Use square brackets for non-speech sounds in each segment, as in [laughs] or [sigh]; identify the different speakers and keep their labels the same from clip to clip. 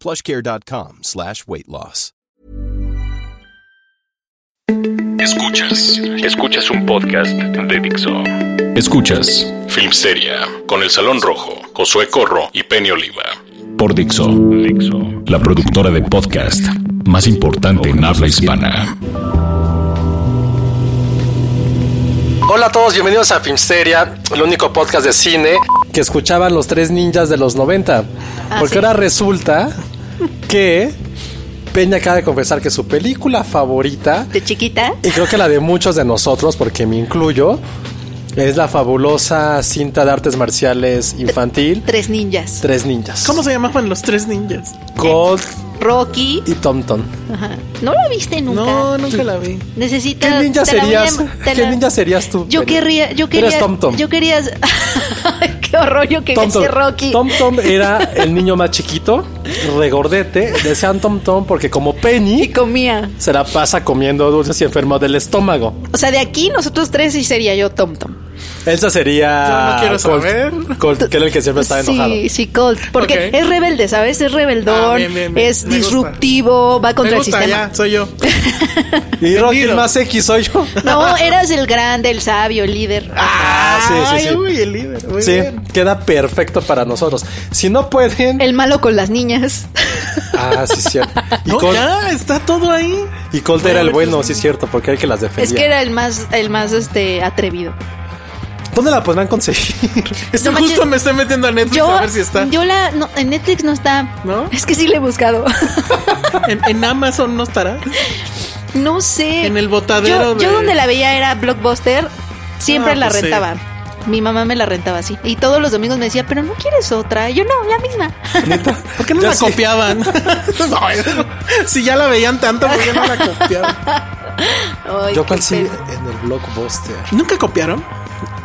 Speaker 1: plushcare.com slash weight loss.
Speaker 2: Escuchas, escuchas un podcast de Dixo. Escuchas Filmsteria con El Salón Rojo, Josué Corro y Penny Oliva. Por Dixo, Dixo, la productora de podcast más importante en habla hispana.
Speaker 3: Hola a todos, bienvenidos a Filmsteria, el único podcast de cine que escuchaban los tres ninjas de los 90.
Speaker 4: Ah,
Speaker 3: Porque ahora resulta que Peña acaba de confesar que su película favorita,
Speaker 4: ¿De chiquita?
Speaker 3: y creo que la de muchos de nosotros, porque me incluyo, es la fabulosa cinta de artes marciales infantil
Speaker 4: Tres ninjas.
Speaker 3: Tres Ninjas.
Speaker 5: ¿Cómo se llamaban los tres ninjas?
Speaker 3: Gold
Speaker 4: Rocky.
Speaker 3: y Tom Tom.
Speaker 4: Ajá. No la viste nunca.
Speaker 5: No, nunca la vi.
Speaker 4: Necesitas.
Speaker 3: ¿Qué ninja
Speaker 4: te la voy a-
Speaker 3: serías?
Speaker 4: te
Speaker 3: ¿Qué
Speaker 4: la-
Speaker 3: ninja serías tú?
Speaker 4: Yo
Speaker 3: Penny?
Speaker 4: querría. Yo
Speaker 3: Tú
Speaker 4: quería.
Speaker 3: Eres Tom Tom.
Speaker 4: Yo quería. [laughs] Qué horror. Yo quería
Speaker 3: Tom Tom.
Speaker 4: ser Rocky.
Speaker 3: Tom Tom era el niño más chiquito, regordete, le decían Tom Tom porque como
Speaker 4: Y
Speaker 3: Penny
Speaker 4: comía.
Speaker 3: se la pasa comiendo dulces y enfermo del estómago.
Speaker 4: O sea, de aquí nosotros tres sí sería yo Tom Tom.
Speaker 3: Elsa sería
Speaker 5: Yo no quiero
Speaker 3: Colt,
Speaker 5: saber.
Speaker 3: Colt, que era el que siempre estaba enojado.
Speaker 4: Sí, sí, Colt. Porque
Speaker 5: Ok.
Speaker 4: es rebelde, ¿sabes? Es rebeldón,
Speaker 5: Ah, bien, bien, bien.
Speaker 4: es
Speaker 5: Me gusta.
Speaker 4: disruptivo, va contra
Speaker 5: Me
Speaker 4: el
Speaker 5: gusta,
Speaker 4: sistema.
Speaker 5: ya, soy yo.
Speaker 3: Y Rocky
Speaker 5: Entendido.
Speaker 3: más X soy yo.
Speaker 4: [laughs] No, eras el grande, el sabio, el líder.
Speaker 3: Ah, sí, sí,
Speaker 5: Ay,
Speaker 3: sí.
Speaker 5: uy, el líder. Muy
Speaker 3: Sí,
Speaker 5: bien.
Speaker 3: queda perfecto para nosotros. Si no pueden,
Speaker 4: El malo con las niñas.
Speaker 3: ah, sí,
Speaker 5: [laughs]
Speaker 3: cierto. Y
Speaker 5: No,
Speaker 3: Colt,
Speaker 5: ya, pues, está todo ahí.
Speaker 3: y Colt era el bueno, sí, cierto, porque era el que las defendía.
Speaker 4: [laughs] Es que era el más, el más este atrevido.
Speaker 3: ¿Dónde la podrán conseguir?
Speaker 5: Esto
Speaker 4: No manches.
Speaker 5: justo me estoy metiendo a [laughs] Netflix
Speaker 4: Yo,
Speaker 5: a ver
Speaker 4: [laughs]
Speaker 5: si está.
Speaker 4: yo la no, en Netflix no está.
Speaker 5: ¿No?
Speaker 4: Es que sí la he buscado. [laughs]
Speaker 5: En, en Amazon no estará.
Speaker 4: no sé.
Speaker 5: En el botadero
Speaker 4: Yo, yo
Speaker 5: de-
Speaker 4: donde la veía era Blockbuster. Siempre
Speaker 5: Ah,
Speaker 4: la
Speaker 5: pues sí.
Speaker 4: rentaba. Mi mamá me la rentaba así. Y todos los domingos me decía, pero no quieres otra. Y yo no, la misma.
Speaker 5: ¿Por qué no
Speaker 3: Ya
Speaker 5: la
Speaker 3: sé.
Speaker 5: copiaban? [laughs] No, si ya la veían tanto, ¿por qué no la copiaban?
Speaker 4: Ay,
Speaker 3: Yo
Speaker 4: qué
Speaker 3: cuál sí
Speaker 4: pena.
Speaker 3: en el blockbuster.
Speaker 5: [laughs] ¿Nunca copiaron?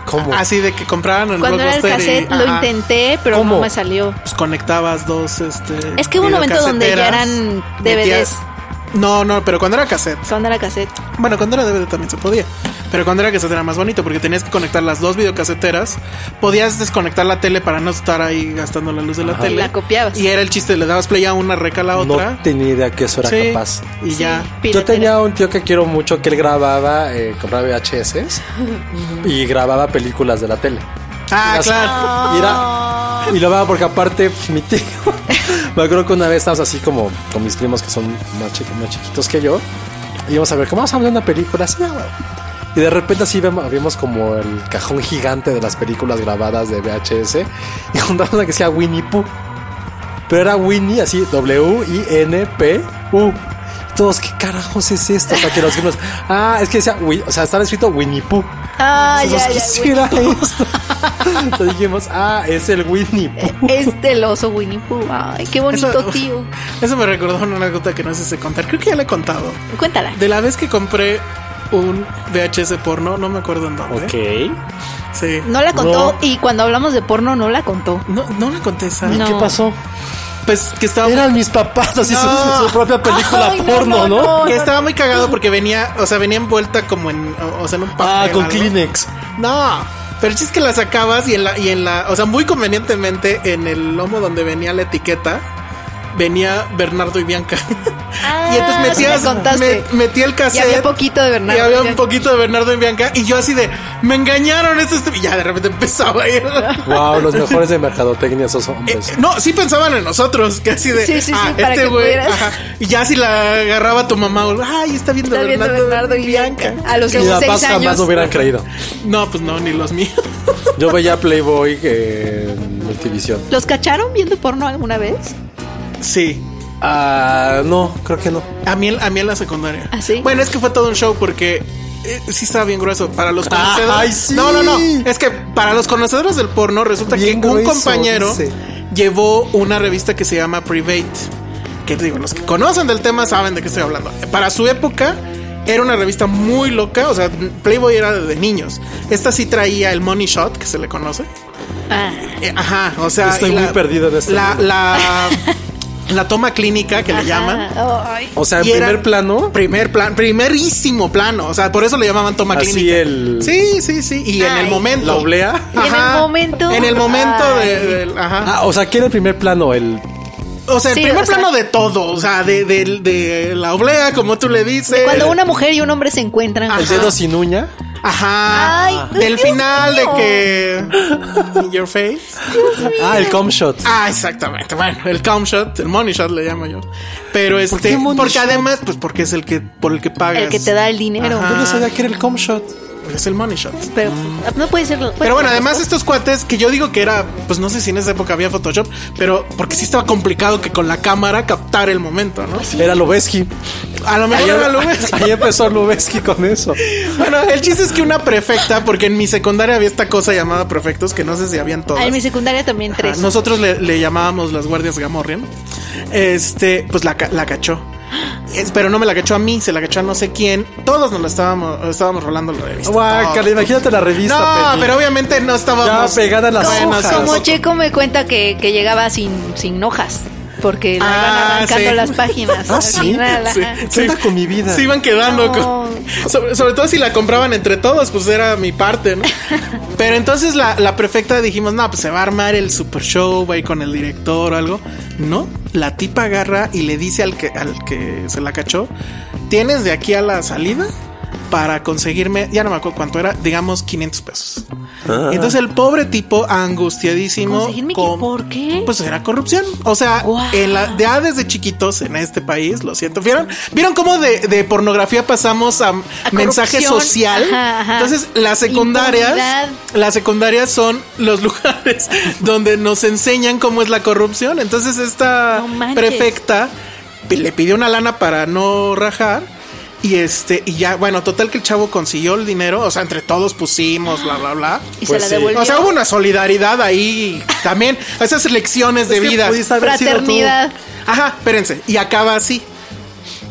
Speaker 3: ¿Cómo?
Speaker 5: Así de que compraban en
Speaker 4: Cuando era el
Speaker 5: Blockbuster y-
Speaker 4: cassette lo
Speaker 5: ajá,
Speaker 4: intenté, pero
Speaker 3: ¿Cómo?
Speaker 4: no me salió.
Speaker 5: Pues conectabas dos, este...
Speaker 4: Es que hubo un momento donde ya
Speaker 5: videocaseteras,
Speaker 4: eran DVDs.
Speaker 5: metías- No, no, pero cuando era cassette.
Speaker 4: Cuando era cassette.
Speaker 5: Bueno, cuando era DVD también se podía. Pero cuando era cassette era más bonito porque tenías que conectar las dos videocaseteras. Podías desconectar la tele para no estar ahí gastando la luz de la
Speaker 4: Y
Speaker 5: tele.
Speaker 4: la copiabas.
Speaker 5: Y era el chiste, le dabas play a una, reca a la otra.
Speaker 3: No tenía idea que eso era
Speaker 5: Sí,
Speaker 3: capaz.
Speaker 5: Y ya.
Speaker 3: Yo
Speaker 4: Piratera.
Speaker 3: tenía un tío que quiero mucho que él grababa, eh, compraba VHS y grababa películas de la tele.
Speaker 5: Ah,
Speaker 3: Las-
Speaker 5: claro.
Speaker 3: Y, era- y lo grababa porque aparte pues, mi tío, [laughs] me acuerdo que una vez estábamos así como con mis primos que son más, chiqui- más chiquitos que yo y íbamos a ver cómo vamos a ver una película así. ah, bueno. Y de repente así vemos, abrimos como el cajón gigante de las películas grabadas de VHS [laughs] y juntamos una que sea Winnie Pooh. Pero era Winnie, así, W-I-N-P-U. Todos, ¿qué carajos es esto? O sea, que los gringos, [laughs] ah, es que decía, Win- o sea, estaba escrito Winnie Pooh.
Speaker 4: Ah,
Speaker 3: Nosotros,
Speaker 4: ya,
Speaker 3: ¿qué
Speaker 4: ya, güey.
Speaker 3: será [laughs] esto? Entonces dijimos, ah, es el Winnie Pooh.
Speaker 4: [laughs] Es del oso Winnie Pooh. Ay, qué bonito,
Speaker 5: Eso-
Speaker 4: tío.
Speaker 5: [laughs] Eso me recordó una anécdota que no sé si contar. Creo que ya le he contado.
Speaker 4: Cuéntala.
Speaker 5: De la vez que compré un VHS porno, no me acuerdo en dónde.
Speaker 3: ¿eh?
Speaker 5: Sí.
Speaker 4: No la contó
Speaker 3: No.
Speaker 4: y cuando hablamos de porno no la contó.
Speaker 5: No, no la conté esa.
Speaker 4: No.
Speaker 3: ¿Qué pasó?
Speaker 5: Pues que estaba
Speaker 3: Eran mis papás, así su- su,
Speaker 5: No.
Speaker 3: su propia película
Speaker 4: Ay, no,
Speaker 3: porno, ¿no?
Speaker 4: no, no.
Speaker 5: Que estaba muy cagado porque venía, o sea, venía envuelta como en, o, o sea, en un papel.
Speaker 3: Ah, con
Speaker 5: algo.
Speaker 3: Kleenex.
Speaker 5: No, pero el chiste es que la sacabas y en la, y en la, o sea, muy convenientemente en el lomo donde venía la etiqueta venía Bernardo y Bianca. [laughs]
Speaker 4: Ah,
Speaker 5: y entonces metías,
Speaker 4: me contaste.
Speaker 5: me- metí el
Speaker 4: Y
Speaker 5: cassette.
Speaker 4: había poquito de
Speaker 5: Y
Speaker 4: Bernardo. ya.
Speaker 5: había un poquito de Bernardo en Bianca y yo así de me engañaron estos y ya de repente
Speaker 4: [laughs]
Speaker 5: empezaba a ir.
Speaker 3: Wow, los mejores de mercadotecnia esos
Speaker 5: Eh,
Speaker 3: hombres.
Speaker 5: no, sí pensaban en nosotros, que así de
Speaker 4: Sí, sí, sí,
Speaker 5: ah,
Speaker 4: para
Speaker 5: este
Speaker 4: que
Speaker 5: güey.
Speaker 4: pudieras.
Speaker 5: ajá. Y ya si la agarraba tu mamá, ay, está viendo,
Speaker 4: Está viendo
Speaker 5: Bernardo,
Speaker 4: Bernardo y Bianca. A los
Speaker 3: Y la
Speaker 4: 16
Speaker 3: paz jamás
Speaker 4: años.
Speaker 3: lo hubieran creído.
Speaker 5: No, pues no, ni los míos. [laughs]
Speaker 3: Yo veía Playboy eh, en Multivisión.
Speaker 4: ¿Los cacharon viendo porno alguna vez?
Speaker 5: Sí.
Speaker 3: Ah, no, creo que no.
Speaker 5: A mí, en- a mí en la secundaria.
Speaker 4: ¿Ah, sí?
Speaker 5: Bueno, es que fue todo un show porque eh, sí estaba bien grueso. Para los
Speaker 3: Ah,
Speaker 5: conocedores.
Speaker 3: ay, sí.
Speaker 5: No, no, no. Es que para los conocedores del porno resulta
Speaker 3: Bien
Speaker 5: que un
Speaker 3: grueso,
Speaker 5: compañero
Speaker 3: dice.
Speaker 5: llevó una revista que se llama Private. Que digo, los que conocen del tema saben de qué estoy hablando. Para su época. Era una revista muy loca, o sea, Playboy era de niños. Esta sí traía el money shot, que se le conoce.
Speaker 4: Ah,
Speaker 5: Eh, Ajá, o sea,
Speaker 3: Estoy
Speaker 5: y
Speaker 3: muy perdido en este
Speaker 5: La,
Speaker 3: mundo.
Speaker 5: la, la toma clínica que le
Speaker 4: ajá.
Speaker 5: llaman.
Speaker 4: ah, Ay.
Speaker 3: O sea, en
Speaker 5: Y era-
Speaker 3: primer plano.
Speaker 5: Primer plan, primerísimo plano. O sea, por eso le llamaban toma
Speaker 3: Así
Speaker 5: clínica.
Speaker 3: el-
Speaker 5: Sí, sí, sí. Y en el
Speaker 4: Ay.
Speaker 5: momento.
Speaker 3: La oblea.
Speaker 4: En el momento.
Speaker 5: En el momento de-
Speaker 4: Ay.
Speaker 5: del- ajá.
Speaker 3: Ah, o sea, ¿qué era el primer plano? El
Speaker 5: O sea, el
Speaker 4: Sí,
Speaker 5: primer
Speaker 4: o sea-
Speaker 5: plano de todo. O sea, de, de- de la oblea, como tú le dices.
Speaker 4: Cuando una mujer y un hombre se encuentran. pues,
Speaker 5: Ajá.
Speaker 3: El dedo sin uña.
Speaker 5: Ajá.
Speaker 4: Ay, pues,
Speaker 5: del
Speaker 4: Dios
Speaker 5: final
Speaker 4: mío.
Speaker 5: de que. In your face.
Speaker 3: Ah, el com shot.
Speaker 5: Ah, exactamente. Bueno, el calm shot, el money shot le llamo yo. Pero este,
Speaker 3: qué money
Speaker 5: porque
Speaker 3: shot?
Speaker 5: además, pues porque es el que por el que pagas.
Speaker 4: El que te da el dinero.
Speaker 5: Ajá.
Speaker 3: Yo no sabía que era el com shot.
Speaker 5: es el money shot.
Speaker 4: Pero pues, no puede ser.
Speaker 5: Pero bueno, además estos cuates que yo digo que era, pues no sé si en esa época había Photoshop, pero porque sí estaba complicado que con la cámara captar el momento, ¿no?
Speaker 4: Pues
Speaker 3: Era Lubeski.
Speaker 5: A lo mejor era lo ves.
Speaker 3: [laughs] Ahí empezó Lubeski con eso.
Speaker 5: Bueno, el chiste es que una prefecta, porque en mi secundaria había esta cosa llamada prefectos que no sé si habían todas.
Speaker 4: Ah, En mi secundaria también
Speaker 5: Ajá,
Speaker 4: tres.
Speaker 5: Nosotros le, le llamábamos las guardias Gamorrean. Este, pues la, ca- la cachó. Es- Pero no me la cachó a mí, se la cachó a no sé quién. Todos nos la estábamos, estábamos rolando la revista.
Speaker 3: Guácala,
Speaker 5: Todos.
Speaker 3: imagínate la revista.
Speaker 5: No,
Speaker 3: Penny.
Speaker 5: pero obviamente no estábamos.
Speaker 3: Ya pegada a las
Speaker 5: Bueno,
Speaker 3: hojas.
Speaker 5: sí,
Speaker 4: Como
Speaker 5: nosotros-
Speaker 4: Checo me cuenta que, que llegaba sin, sin hojas. Porque le
Speaker 5: Ah,
Speaker 4: iban arrancando
Speaker 5: sí.
Speaker 4: las páginas.
Speaker 3: Ah,
Speaker 4: Al
Speaker 3: sí.
Speaker 4: final,
Speaker 5: [laughs] Sí,
Speaker 4: ajá.
Speaker 3: ¿Qué onda con mi vida?
Speaker 5: Se iban quedando.
Speaker 4: No.
Speaker 5: con- sobre, sobre todo si la compraban entre todos, pues era mi
Speaker 4: [laughs]
Speaker 5: parte, ¿no? Pero entonces la, la prefecta dijimos, no, pues se va a armar el super show, va a ir con el director o algo. No, la tipa agarra y le dice al que, al que se la cachó, tienes de aquí a la salida para conseguirme, ya no me acuerdo cuánto era, digamos 500 pesos.
Speaker 3: Ah.
Speaker 5: Entonces el pobre tipo angustiadísimo.
Speaker 4: ¿Conseguirme qué? ¿Por qué?
Speaker 5: Pues era corrupción. O sea,
Speaker 4: Guau.
Speaker 5: en la, de a desde chiquitos en este país, lo siento. ¿Vieron, ¿vieron cómo de, de pornografía pasamos a, mensaje
Speaker 4: corrupción.
Speaker 5: social?
Speaker 4: Ajá, ajá.
Speaker 5: Entonces, las secundarias,
Speaker 4: Impunidad.
Speaker 5: las secundarias son los [laughs] lugares donde nos enseñan cómo es la corrupción. Entonces, esta
Speaker 4: No manches.
Speaker 5: prefecta pi- le pidió una lana para no rajar. Y este, y ya, bueno, total que el chavo consiguió el dinero, o sea, entre todos pusimos, bla, bla, bla.
Speaker 4: Y
Speaker 3: Pues
Speaker 4: se
Speaker 3: sí.
Speaker 4: la devolvió.
Speaker 5: O sea, hubo una solidaridad ahí también. Esas lecciones de
Speaker 3: Es que
Speaker 5: vida.
Speaker 3: pudiste haber sido tú.
Speaker 4: Fraternidad.
Speaker 5: Ajá, espérense. Y acaba así.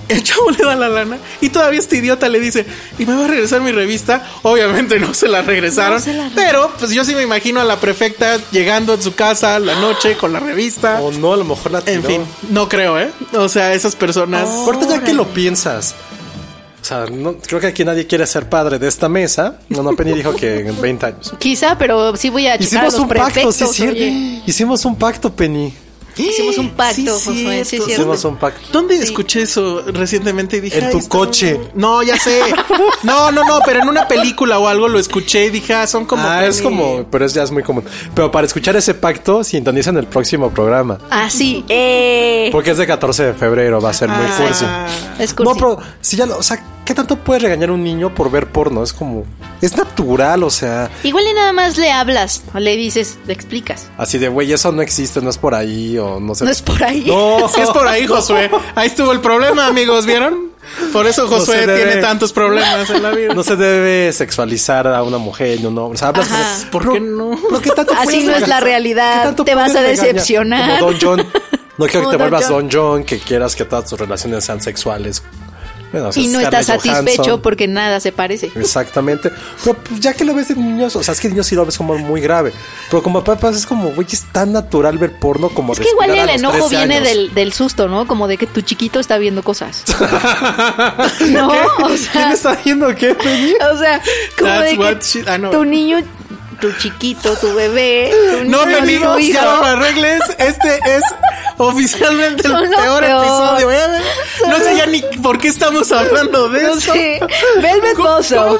Speaker 5: El chavo le da la lana y todavía este idiota le dice, ¿y me va a regresar mi revista? Obviamente no se la regresaron.
Speaker 4: No se la re-
Speaker 5: pero pues yo sí me imagino a la prefecta llegando en su casa la noche con la revista.
Speaker 3: O Oh, no, a lo mejor la tiró.
Speaker 5: en fin, no creo, ¿eh? O sea, esas personas...
Speaker 3: Ahorita ya que lo piensas. O sea, no, creo que aquí nadie quiere ser padre de esta mesa. No, no, Penny dijo que en 20 años.
Speaker 4: Quizá, pero sí voy a checar a
Speaker 3: Hicimos
Speaker 4: los
Speaker 3: un pacto, sí,
Speaker 4: prefectos,
Speaker 3: sí.
Speaker 4: oye.
Speaker 3: Hicimos un pacto, Penny.
Speaker 4: Hicimos un pacto, Josué, sí,
Speaker 5: cierto.
Speaker 4: cierto.
Speaker 3: Hicimos un pacto.
Speaker 5: ¿Dónde escuché eso recientemente? Y dije,
Speaker 3: En
Speaker 5: "Ay,
Speaker 3: tu
Speaker 5: está
Speaker 3: coche".
Speaker 5: bien. No, ya sé. No, no, no, pero en una película o algo lo escuché y dije, ah, son como.
Speaker 3: ah, es
Speaker 5: Penny.
Speaker 3: como, pero es ya es muy común. Pero para escuchar ese pacto, sintonizan el próximo programa.
Speaker 4: Ah, sí. Eh.
Speaker 3: Porque es de 14 de febrero, va a ser muy
Speaker 5: Ah.
Speaker 3: cursi.
Speaker 4: Es
Speaker 3: No,
Speaker 4: cursi.
Speaker 3: pero si ya lo, o sea, ¿qué tanto puede regañar un niño por ver porno? Es como, es natural, o sea,
Speaker 4: Igual y nada más le hablas, o le dices, le explicas.
Speaker 3: así de güey, eso no existe, no es por ahí, o no sé.
Speaker 4: No es por ahí. [laughs]
Speaker 3: No.
Speaker 5: [laughs] Sí, es por ahí, Josué. Ahí estuvo el problema, amigos, ¿vieron? Por eso Josué
Speaker 3: se debe.
Speaker 5: tiene
Speaker 4: [laughs]
Speaker 5: tantos problemas en la vida.
Speaker 3: No se debe sexualizar a una mujer, no, no. O sea, hablas
Speaker 4: Ajá.
Speaker 3: como,
Speaker 5: ¿Por
Speaker 3: "Pero-
Speaker 5: qué no?"
Speaker 3: pero ¿qué tanto
Speaker 4: Así
Speaker 3: puedes
Speaker 4: no es la
Speaker 3: regañar?
Speaker 4: realidad,
Speaker 3: ¿Qué tanto
Speaker 4: te vas
Speaker 3: puedes
Speaker 4: a
Speaker 3: regañar?
Speaker 4: decepcionar.
Speaker 3: Como Don John. No quiero
Speaker 4: Como
Speaker 3: que te
Speaker 4: Don
Speaker 3: vuelvas Don
Speaker 4: John.
Speaker 3: John, que quieras que todas tus relaciones sean sexuales. Bueno, o sea,
Speaker 4: y no
Speaker 3: Scarlett
Speaker 4: estás satisfecho
Speaker 3: Johansson. Eh,
Speaker 4: porque nada se parece.
Speaker 3: Exactamente. Pero pues, ya que lo ves de niños, o sea, es que niños sí lo ves como muy grave. Pero como papás es como, güey, es tan natural ver porno como
Speaker 4: Es que igual
Speaker 3: respirar
Speaker 4: el
Speaker 3: a los
Speaker 4: enojo
Speaker 3: 13
Speaker 4: viene
Speaker 3: años.
Speaker 4: del, del susto, ¿no? Como de que tu chiquito está viendo
Speaker 3: [laughs]
Speaker 4: cosas. ¿No? O sea,
Speaker 3: ¿Quién está viendo qué, Penny?
Speaker 4: o sea, como
Speaker 5: That's
Speaker 4: de
Speaker 5: what
Speaker 4: que
Speaker 5: she- ah, no.
Speaker 4: tu niño tu chiquito, tu bebé. Tu
Speaker 5: No,
Speaker 4: niño,
Speaker 5: amigos,
Speaker 4: tu hijo.
Speaker 5: ya no
Speaker 3: [laughs]
Speaker 5: lo arregles. Este es oficialmente el
Speaker 4: Son lo
Speaker 5: peor,
Speaker 4: peor.
Speaker 5: episodio. ¿eh? No sé ya ni por qué estamos hablando de
Speaker 4: No
Speaker 5: eso.
Speaker 4: sé. Velvet Buzzsaw.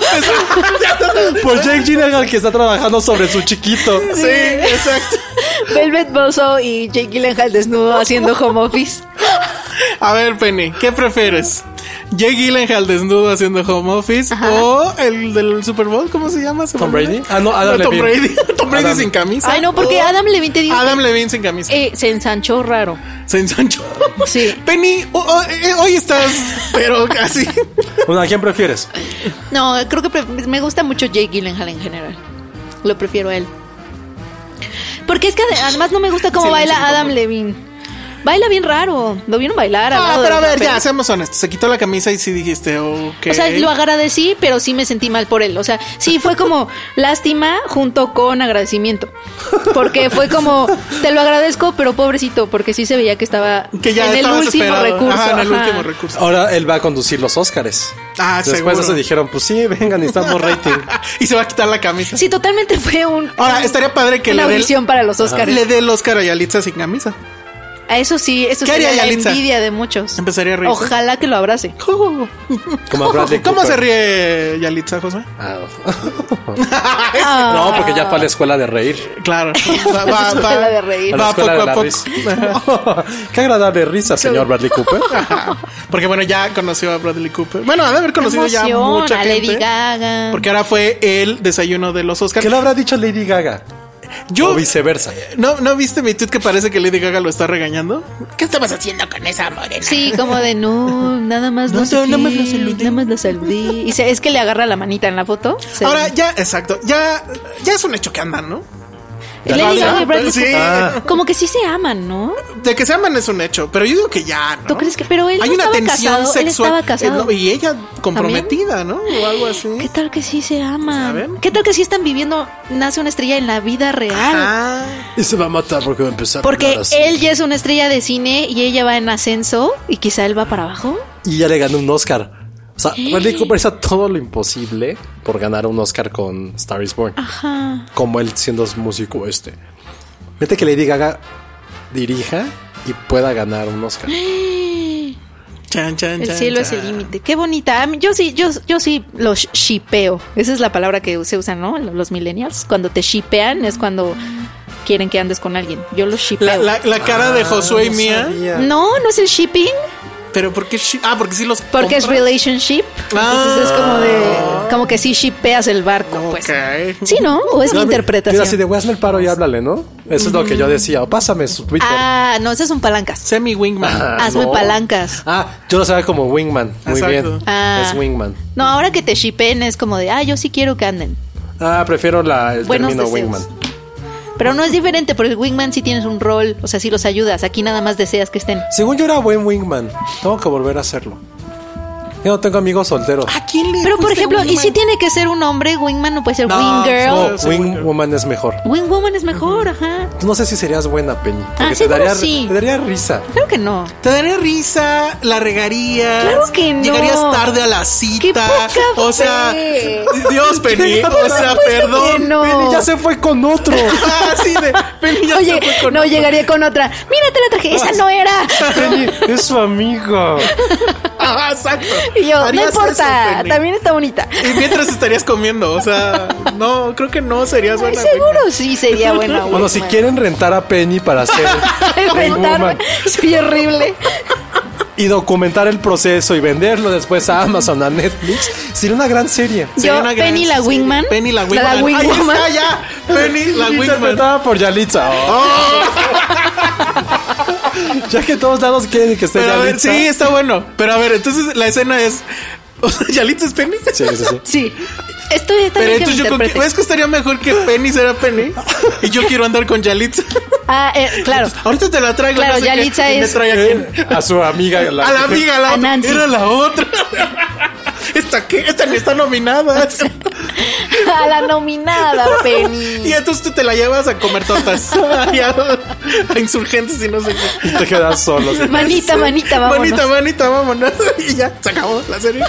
Speaker 3: [laughs] Por Jake Gyllenhaal que está trabajando sobre su chiquito.
Speaker 5: Sí, exacto.
Speaker 4: Velvet Buzzsaw y Jake Gyllenhaal desnudo haciendo home office.
Speaker 5: A ver, Penny, ¿qué prefieres? ¿Jake Gyllenhaal desnudo haciendo home office o el del Super Bowl? ¿Cómo se llama? ¿Se
Speaker 3: ¿Tom
Speaker 5: me
Speaker 3: Brady?
Speaker 5: olvidó?
Speaker 3: Ah, no, Adam
Speaker 5: Tom
Speaker 3: Levine.
Speaker 5: Brady. [laughs] Tom Brady
Speaker 3: Adam.
Speaker 5: sin camisa.
Speaker 4: Ay, no, porque
Speaker 5: O
Speaker 4: Oh. Adam Levine te dijo que,
Speaker 5: Adam Levine sin camisa.
Speaker 4: eh, se ensanchó raro.
Speaker 5: Se ensanchó.
Speaker 4: Sí.
Speaker 5: [laughs] Penny, ho- ho- eh, hoy estás, pero
Speaker 4: [laughs]
Speaker 5: así.
Speaker 3: Bueno, ¿a quién prefieres?
Speaker 4: No, creo que pre- me gusta mucho Jake Gyllenhaal en general. Lo prefiero a él. Porque es que ade- además no me gusta cómo
Speaker 5: Sí, sí,
Speaker 4: baila
Speaker 5: sí,
Speaker 4: Adam
Speaker 5: sí.
Speaker 4: Levine. Baila bien raro. Lo vieron bailar. al
Speaker 5: Ah,
Speaker 4: lado
Speaker 5: pero a
Speaker 4: de-
Speaker 5: ver, ya, seamos honestos. Se quitó la camisa y sí dijiste, ok.
Speaker 4: O sea, lo agradecí, pero sí me sentí mal por él. O sea, sí fue como lástima junto con agradecimiento. Porque fue como, te lo agradezco, pero pobrecito, porque sí se veía que estaba
Speaker 5: que ya
Speaker 4: en el
Speaker 5: estaba
Speaker 4: último
Speaker 5: desesperado.
Speaker 4: recurso.
Speaker 5: Ajá, en el
Speaker 4: ajá.
Speaker 5: último
Speaker 3: [laughs]
Speaker 5: recurso.
Speaker 3: Ahora él va a conducir los Óscares.
Speaker 5: Ah,
Speaker 3: Después
Speaker 5: seguro.
Speaker 3: se dijeron, pues sí, vengan, necesitamos rating.
Speaker 5: [laughs] y se va a quitar la camisa.
Speaker 4: Sí, totalmente fue un.
Speaker 5: Ahora, estaría padre que
Speaker 4: una
Speaker 5: le dé el-
Speaker 4: audición para los Oscars.
Speaker 5: Le dé el Oscar a Yalitza sin camisa.
Speaker 4: A eso sí, eso
Speaker 5: ¿Qué
Speaker 4: sería
Speaker 5: haría
Speaker 4: la
Speaker 5: Yalitza?
Speaker 4: envidia de muchos.
Speaker 5: Empezaría a reírse.
Speaker 4: Ojalá que lo abrace.
Speaker 3: Como a Oh. Bradley
Speaker 5: Oh. ¿Cómo
Speaker 3: Cooper.
Speaker 5: se ríe Yalitza, José?
Speaker 3: Ah.
Speaker 5: Este,
Speaker 4: Ah,
Speaker 3: no, porque ya fue a la escuela de reír.
Speaker 4: [laughs]
Speaker 5: Claro. Va,
Speaker 4: La escuela de reír.
Speaker 3: A la
Speaker 5: va
Speaker 3: escuela de la
Speaker 5: poco a
Speaker 3: risa.
Speaker 5: poco.
Speaker 3: [laughs] Qué agradable risa, señor Bradley [laughs] Cooper.
Speaker 5: Ajá. Porque bueno, ya conoció a Bradley Cooper. Bueno, ha de haber conocido ya
Speaker 4: Emoción,
Speaker 5: mucha
Speaker 4: a
Speaker 5: gente.
Speaker 4: Lady Gaga.
Speaker 5: Porque ahora fue el desayuno de los Oscars.
Speaker 3: ¿Qué le habrá dicho Lady Gaga?
Speaker 5: Yo
Speaker 3: O viceversa.
Speaker 5: ¿No, ¿No viste mi tweet que parece que Lady Gaga lo está regañando? ¿Qué estabas haciendo con esa morena?
Speaker 4: Sí, como de no, nada más no,
Speaker 5: [laughs] No,
Speaker 4: sé
Speaker 5: no,
Speaker 4: qué,
Speaker 5: nada más la saludé.
Speaker 4: nada más la saludé. Y se- es que le agarra la manita en la foto. se-
Speaker 5: Ahora ya, exacto, ya, ya es un hecho que andan, ¿no?
Speaker 4: Lady
Speaker 5: Gaga,
Speaker 4: Gaga y Bradley
Speaker 5: sí.
Speaker 4: Cooper.
Speaker 5: Ah.
Speaker 4: Como que sí se aman, ¿no?
Speaker 5: De que se aman es un hecho, pero yo digo que ya, ¿no?
Speaker 4: ¿Tú crees que- pero él
Speaker 5: Hay
Speaker 4: no
Speaker 5: una
Speaker 4: estaba
Speaker 5: tensión
Speaker 4: casado, él
Speaker 5: sexual
Speaker 4: estaba casado.
Speaker 5: eh, no, y ella comprometida, ¿no? O algo así.
Speaker 4: ¿Qué tal que sí se aman?
Speaker 5: ¿Saben?
Speaker 4: ¿Qué tal que sí están viviendo Nace una estrella en la vida real?
Speaker 5: Ah,
Speaker 3: Y se va a matar porque va a empezar
Speaker 4: Porque él ya es una estrella de cine y ella va en ascenso y quizá él va para abajo.
Speaker 3: Y ya le ganó un Oscar. O sea, Bradley Cooper hizo todo lo imposible por ganar un Oscar con Star is Born.
Speaker 4: Ah. Ajá.
Speaker 3: Como él siendo músico este. Vete que Lady Gaga dirija y pueda ganar un Oscar.
Speaker 4: ¿Eh?
Speaker 5: chan, chan,
Speaker 4: El
Speaker 5: chan,
Speaker 4: cielo es
Speaker 5: chan.
Speaker 4: el límite. Qué bonita. A mí- Yo sí, yo, yo sí los shipeo. Esa es la palabra que se usa, ¿no? Los millennials. Cuando te shipean es cuando quieren que andes con alguien. Yo los
Speaker 5: La,
Speaker 4: shipeo.
Speaker 5: la- la cara de Josué y
Speaker 3: Ah, no
Speaker 5: mía.
Speaker 3: sabía.
Speaker 4: No, no es el shipping,
Speaker 5: Pero ¿por qué? shi- Ah, porque sí los.
Speaker 4: porque es
Speaker 5: compra.
Speaker 4: relationship. Entonces es como de, como que sí shipeas el barco, pues.
Speaker 5: Ok.
Speaker 4: Sí, ¿no? O es
Speaker 3: Yo- Yo así
Speaker 4: mi
Speaker 3: de,
Speaker 4: interpretación.
Speaker 3: güey, hazme el paro y háblale, ¿no? Eso es lo que yo decía. O pásame su Twitter.
Speaker 4: Ah, no, esas son palancas.
Speaker 5: Semi wingman.
Speaker 3: Ah,
Speaker 4: hazme palancas.
Speaker 3: Ah, yo lo sabía como Wingman. Muy
Speaker 5: Exacto.
Speaker 3: bien.
Speaker 4: Ah.
Speaker 3: Es Wingman.
Speaker 4: No, ahora que te shipen es como de, ah, yo sí quiero que anden.
Speaker 3: Ah, prefiero la, el
Speaker 4: Buenos
Speaker 3: término
Speaker 4: deseos.
Speaker 3: Wingman.
Speaker 4: Pero no es diferente, porque el wingman sí tienes un rol, o sea, sí los ayudas. Aquí nada más deseas que estén.
Speaker 3: Según yo era buen Wingman. Tengo que volver a hacerlo. Yo no tengo amigos solteros.
Speaker 5: ¿A quién le
Speaker 4: Pero por
Speaker 5: fuiste
Speaker 4: ejemplo, ¿y
Speaker 5: wingman?
Speaker 4: si tiene que ser un hombre? Wingman no puede ser
Speaker 5: No,
Speaker 3: Ah,
Speaker 4: wing girl.
Speaker 3: No, Wingwoman es mejor. Pues
Speaker 4: Wingwoman es mejor, ajá.
Speaker 3: No sé si serías buena, Penny. Porque
Speaker 4: Ah,
Speaker 3: te,
Speaker 4: seguro
Speaker 3: daría,
Speaker 4: sí.
Speaker 3: te daría risa.
Speaker 4: Creo
Speaker 3: [laughs]
Speaker 4: que no.
Speaker 5: Te daré risa, la regarías.
Speaker 4: Claro que no.
Speaker 5: Llegarías tarde a la cita.
Speaker 4: ¡Qué poca
Speaker 5: o sea,
Speaker 4: fe!
Speaker 5: Dios, Penny. o sea,
Speaker 4: que
Speaker 5: perdón.
Speaker 4: no.
Speaker 3: Penny ya se fue con otro.
Speaker 5: [laughs]
Speaker 4: [laughs]
Speaker 5: Ah, sí, de [laughs] Penny ya
Speaker 4: Oye,
Speaker 5: se fue con
Speaker 4: no
Speaker 5: otro.
Speaker 4: llegaría con otra. Mira, te la traje. Esa
Speaker 3: [laughs]
Speaker 4: no era.
Speaker 3: Penny es su amigo.
Speaker 5: Ah, exacto.
Speaker 4: Y yo, no
Speaker 5: Harías eso,
Speaker 4: importa.
Speaker 5: Penny.
Speaker 4: también está bonita.
Speaker 5: Y mientras estarías comiendo, o sea, no, creo que no serías
Speaker 4: Ay,
Speaker 5: buena.
Speaker 4: seguro sí
Speaker 5: [laughs]
Speaker 4: sería buena.
Speaker 3: Bueno, si
Speaker 4: Wingman.
Speaker 3: quieren rentar a Penny para hacer
Speaker 4: Inventarme.
Speaker 3: Wingwoman
Speaker 4: Soy horrible.
Speaker 3: y documentar el proceso y venderlo después a Amazon, a Netflix, sería una gran serie.
Speaker 5: Sería
Speaker 4: Yo,
Speaker 5: una gran
Speaker 4: Penny la
Speaker 5: serie.
Speaker 4: Wingman.
Speaker 5: Penny la
Speaker 4: La
Speaker 5: Wingman. Ahí
Speaker 4: Wingwoman.
Speaker 5: está ya.
Speaker 4: [laughs]
Speaker 5: Penny la Wingman. Oh.
Speaker 3: Interpretada por Yalitza. [laughs] ya que todos lados quieren que esté
Speaker 5: Pero a ver,
Speaker 3: Yalitza.
Speaker 5: sí, está bueno. Pero a ver, entonces la escena es. [laughs] O sea, ¿Yalitza es Penny?
Speaker 3: Sí, sí, sí.
Speaker 4: Sí. Estoy está
Speaker 5: Pero
Speaker 4: bien que me
Speaker 5: entonces yo con que,
Speaker 4: interprete.
Speaker 5: ¿ves que estaría mejor que Penny será Penny? Y yo quiero andar con Yalitza.
Speaker 4: Ah, eh, claro.
Speaker 5: Ahorita te la traigo.
Speaker 4: Claro,
Speaker 5: no sé qué.
Speaker 4: Yalitza
Speaker 5: ¿Y me
Speaker 4: es-
Speaker 5: trae a quién?
Speaker 3: A su amiga. la-
Speaker 5: A la amiga, a la
Speaker 4: A
Speaker 5: otra. [laughs]
Speaker 4: Nancy. [laughs]
Speaker 5: Era la otra. ¿Esta qué? Esta ni está nominada.
Speaker 4: A la
Speaker 5: [laughs]
Speaker 4: nominada, Penny.
Speaker 5: Y entonces tú te la llevas a comer
Speaker 4: [laughs]
Speaker 5: tortas. Ahí a, a insurgentes y no sé qué.
Speaker 3: Y te quedas solo. así.
Speaker 4: Manita, manita, vámonos.
Speaker 5: Manita, manita, vámonos. [laughs] Y ya, se acabó la serie.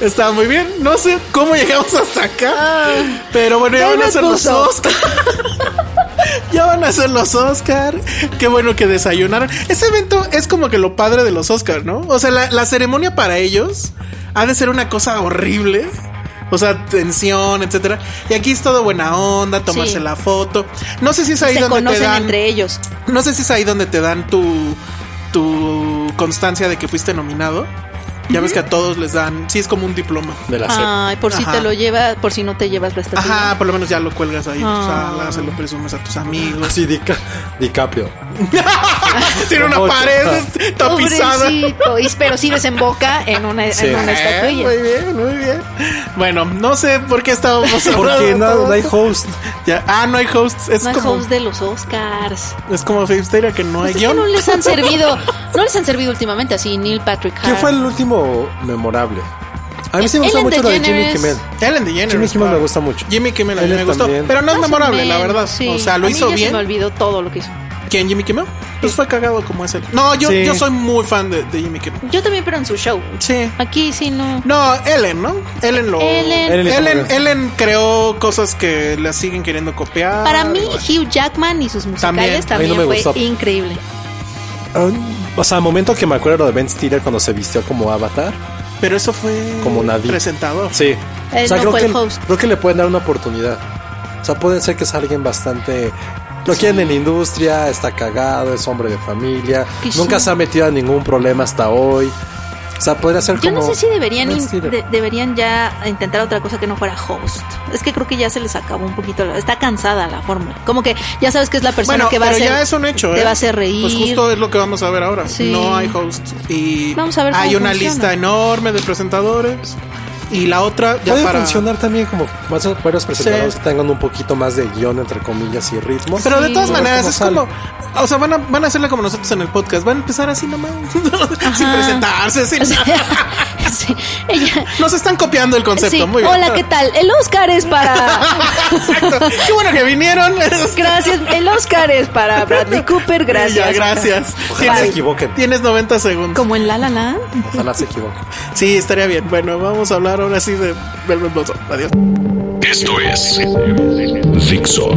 Speaker 5: Estaba muy bien. No sé cómo llegamos hasta acá. pero bueno, ya
Speaker 4: Ahí
Speaker 5: van a
Speaker 4: me
Speaker 5: ser los
Speaker 4: Ah. puso.
Speaker 5: Oscar. ya van a ser los Oscar. Qué bueno que desayunaron. Ese evento es como que lo padre de los Oscar, ¿no? O sea, la, la ceremonia para ellos ha de ser una cosa horrible. O sea, tensión, etcétera. Y aquí es todo buena onda, tomarse
Speaker 4: Sí.
Speaker 5: la foto. No sé si es ahí
Speaker 4: Se
Speaker 5: donde te
Speaker 4: conocen
Speaker 5: dan.
Speaker 4: entre ellos.
Speaker 5: No sé si es ahí donde te dan tu, tu constancia de que fuiste nominado. Ya ves que a todos les dan, sí es como un diploma.
Speaker 3: De la serie.
Speaker 4: Ay, por si
Speaker 5: Ajá.
Speaker 4: te lo lleva, por si no te llevas la estatua.
Speaker 5: Ajá, por lo menos ya lo cuelgas ahí en tu
Speaker 4: Ah.
Speaker 5: sala, se lo presumes a
Speaker 4: [laughs]
Speaker 5: tus amigos.
Speaker 3: Sí, Dica- DiCaprio.
Speaker 5: Tiene una
Speaker 3: Ocho.
Speaker 5: pared tapizada.
Speaker 4: Pobrecito. Y- pero sí desemboca en una,
Speaker 3: Sí.
Speaker 4: en una
Speaker 5: Eh,
Speaker 4: estatuilla.
Speaker 5: muy bien, muy bien. Bueno, no sé por qué estábamos hablando
Speaker 3: [laughs] Porque
Speaker 5: de
Speaker 3: no,
Speaker 5: todo
Speaker 3: no hay
Speaker 5: esto.
Speaker 3: host.
Speaker 5: Ya, ah, no hay hosts. Es
Speaker 4: No hay
Speaker 5: como,
Speaker 4: host de los Oscars.
Speaker 5: es como Filmsteria que no hay
Speaker 4: Pues es que
Speaker 5: guión.
Speaker 4: no les
Speaker 5: [laughs]
Speaker 4: han servido, no les han servido últimamente así Neil Patrick Harris.
Speaker 3: ¿Quién fue el último memorable? A mí sí me gusta
Speaker 4: Ellen
Speaker 3: mucho la de Jimmy
Speaker 4: DeGeneres.
Speaker 3: Kimmel.
Speaker 5: Ellen DeGeneres.
Speaker 3: Jimmy Kimmel
Speaker 5: claro.
Speaker 3: me gusta mucho.
Speaker 5: Jimmy Kimmel a mí
Speaker 3: Ellen
Speaker 5: me gustó.
Speaker 3: también.
Speaker 5: Pero no es
Speaker 4: Más o
Speaker 5: memorable, la
Speaker 4: menos,
Speaker 5: verdad.
Speaker 4: sí.
Speaker 5: O sea, lo
Speaker 4: A mí
Speaker 5: hizo
Speaker 4: ya Se
Speaker 5: bien.
Speaker 4: me olvidó todo lo que hizo.
Speaker 5: ¿Quién, Jimmy Kimmel? Pues fue cagado como es él. No, yo,
Speaker 3: Sí.
Speaker 5: yo soy muy fan de, de Jimmy Kimmel.
Speaker 4: Yo también, pero en su show.
Speaker 5: Sí.
Speaker 4: Aquí sí no.
Speaker 5: No, Ellen, ¿no? Ellen lo.
Speaker 4: Ellen.
Speaker 3: Ellen hizo muy
Speaker 5: Ellen,
Speaker 3: bien.
Speaker 5: Ellen creó cosas que la siguen queriendo copiar.
Speaker 4: Para mí, Hugh Jackman y sus musicales
Speaker 5: También.
Speaker 4: también,
Speaker 3: A mí no me
Speaker 4: fue
Speaker 3: gustó.
Speaker 4: increíble.
Speaker 3: Ah, O sea, el momento que me acuerdo de Ben Stiller cuando se vistió como Avatar.
Speaker 5: Pero eso fue.
Speaker 3: Como nadie.
Speaker 5: Presentador.
Speaker 3: Sí.
Speaker 4: Él
Speaker 3: o sea,
Speaker 4: no
Speaker 3: creo,
Speaker 4: fue
Speaker 3: que,
Speaker 4: el host.
Speaker 3: creo que le pueden dar una oportunidad. O sea, puede ser que es alguien bastante. Lo quieren en la industria, está cagado, es hombre de familia.
Speaker 4: Que
Speaker 3: Nunca
Speaker 4: sí.
Speaker 3: se ha metido en ningún problema hasta hoy. O sea, podría ser
Speaker 4: Yo
Speaker 3: como.
Speaker 4: no sé si deberían,
Speaker 3: Ben
Speaker 4: in-
Speaker 3: Stiller.
Speaker 4: de- deberían ya intentar otra cosa que no fuera host. Es que creo que ya se les acabó un poquito. la- Está cansada la fórmula. Como que ya sabes que es la persona
Speaker 5: Bueno,
Speaker 4: que va a
Speaker 5: pero
Speaker 4: hacer.
Speaker 5: ya es un hecho.
Speaker 4: Te
Speaker 5: ¿eh?
Speaker 4: va a hacer reír.
Speaker 5: Pues justo es lo que vamos a ver ahora.
Speaker 4: Sí.
Speaker 5: No hay host. Y
Speaker 4: Vamos a ver
Speaker 5: hay
Speaker 4: cómo
Speaker 5: una
Speaker 4: funciona.
Speaker 5: lista enorme de presentadores. Y la otra ya
Speaker 3: Puede
Speaker 5: para.
Speaker 3: funcionar también como más o- varios presentadores que tengan un poquito más de guión, entre comillas, y ritmo.
Speaker 5: Pero de
Speaker 4: Sí.
Speaker 5: todas
Speaker 3: A ver
Speaker 5: maneras,
Speaker 3: cómo
Speaker 5: es
Speaker 3: sale.
Speaker 5: como. O sea, van a, van a hacerle como nosotros en el podcast. Van a empezar así nomás. [laughs] sin presentarse, sin nada.
Speaker 4: [laughs] Sí,
Speaker 5: [laughs]
Speaker 4: ella-
Speaker 5: Nos están copiando el concepto.
Speaker 4: sí,
Speaker 5: Muy bien.
Speaker 4: Hola, ¿qué tal? El Oscar es
Speaker 5: [laughs]
Speaker 4: para.
Speaker 5: Exacto. [laughs] Qué bueno que vinieron. [laughs]
Speaker 4: Gracias. El Oscar es para Bradley Cooper. Gracias.
Speaker 5: Ya, gracias.
Speaker 3: Ojalá se equivoquen.
Speaker 5: Tienes 90 segundos.
Speaker 4: Como en La La Land.
Speaker 3: Ojalá se equivoquen.
Speaker 5: Sí, estaría bien. Bueno, vamos a hablar ahora sí de Velvet Buzzsaw. Adiós.
Speaker 2: Esto es Dixo.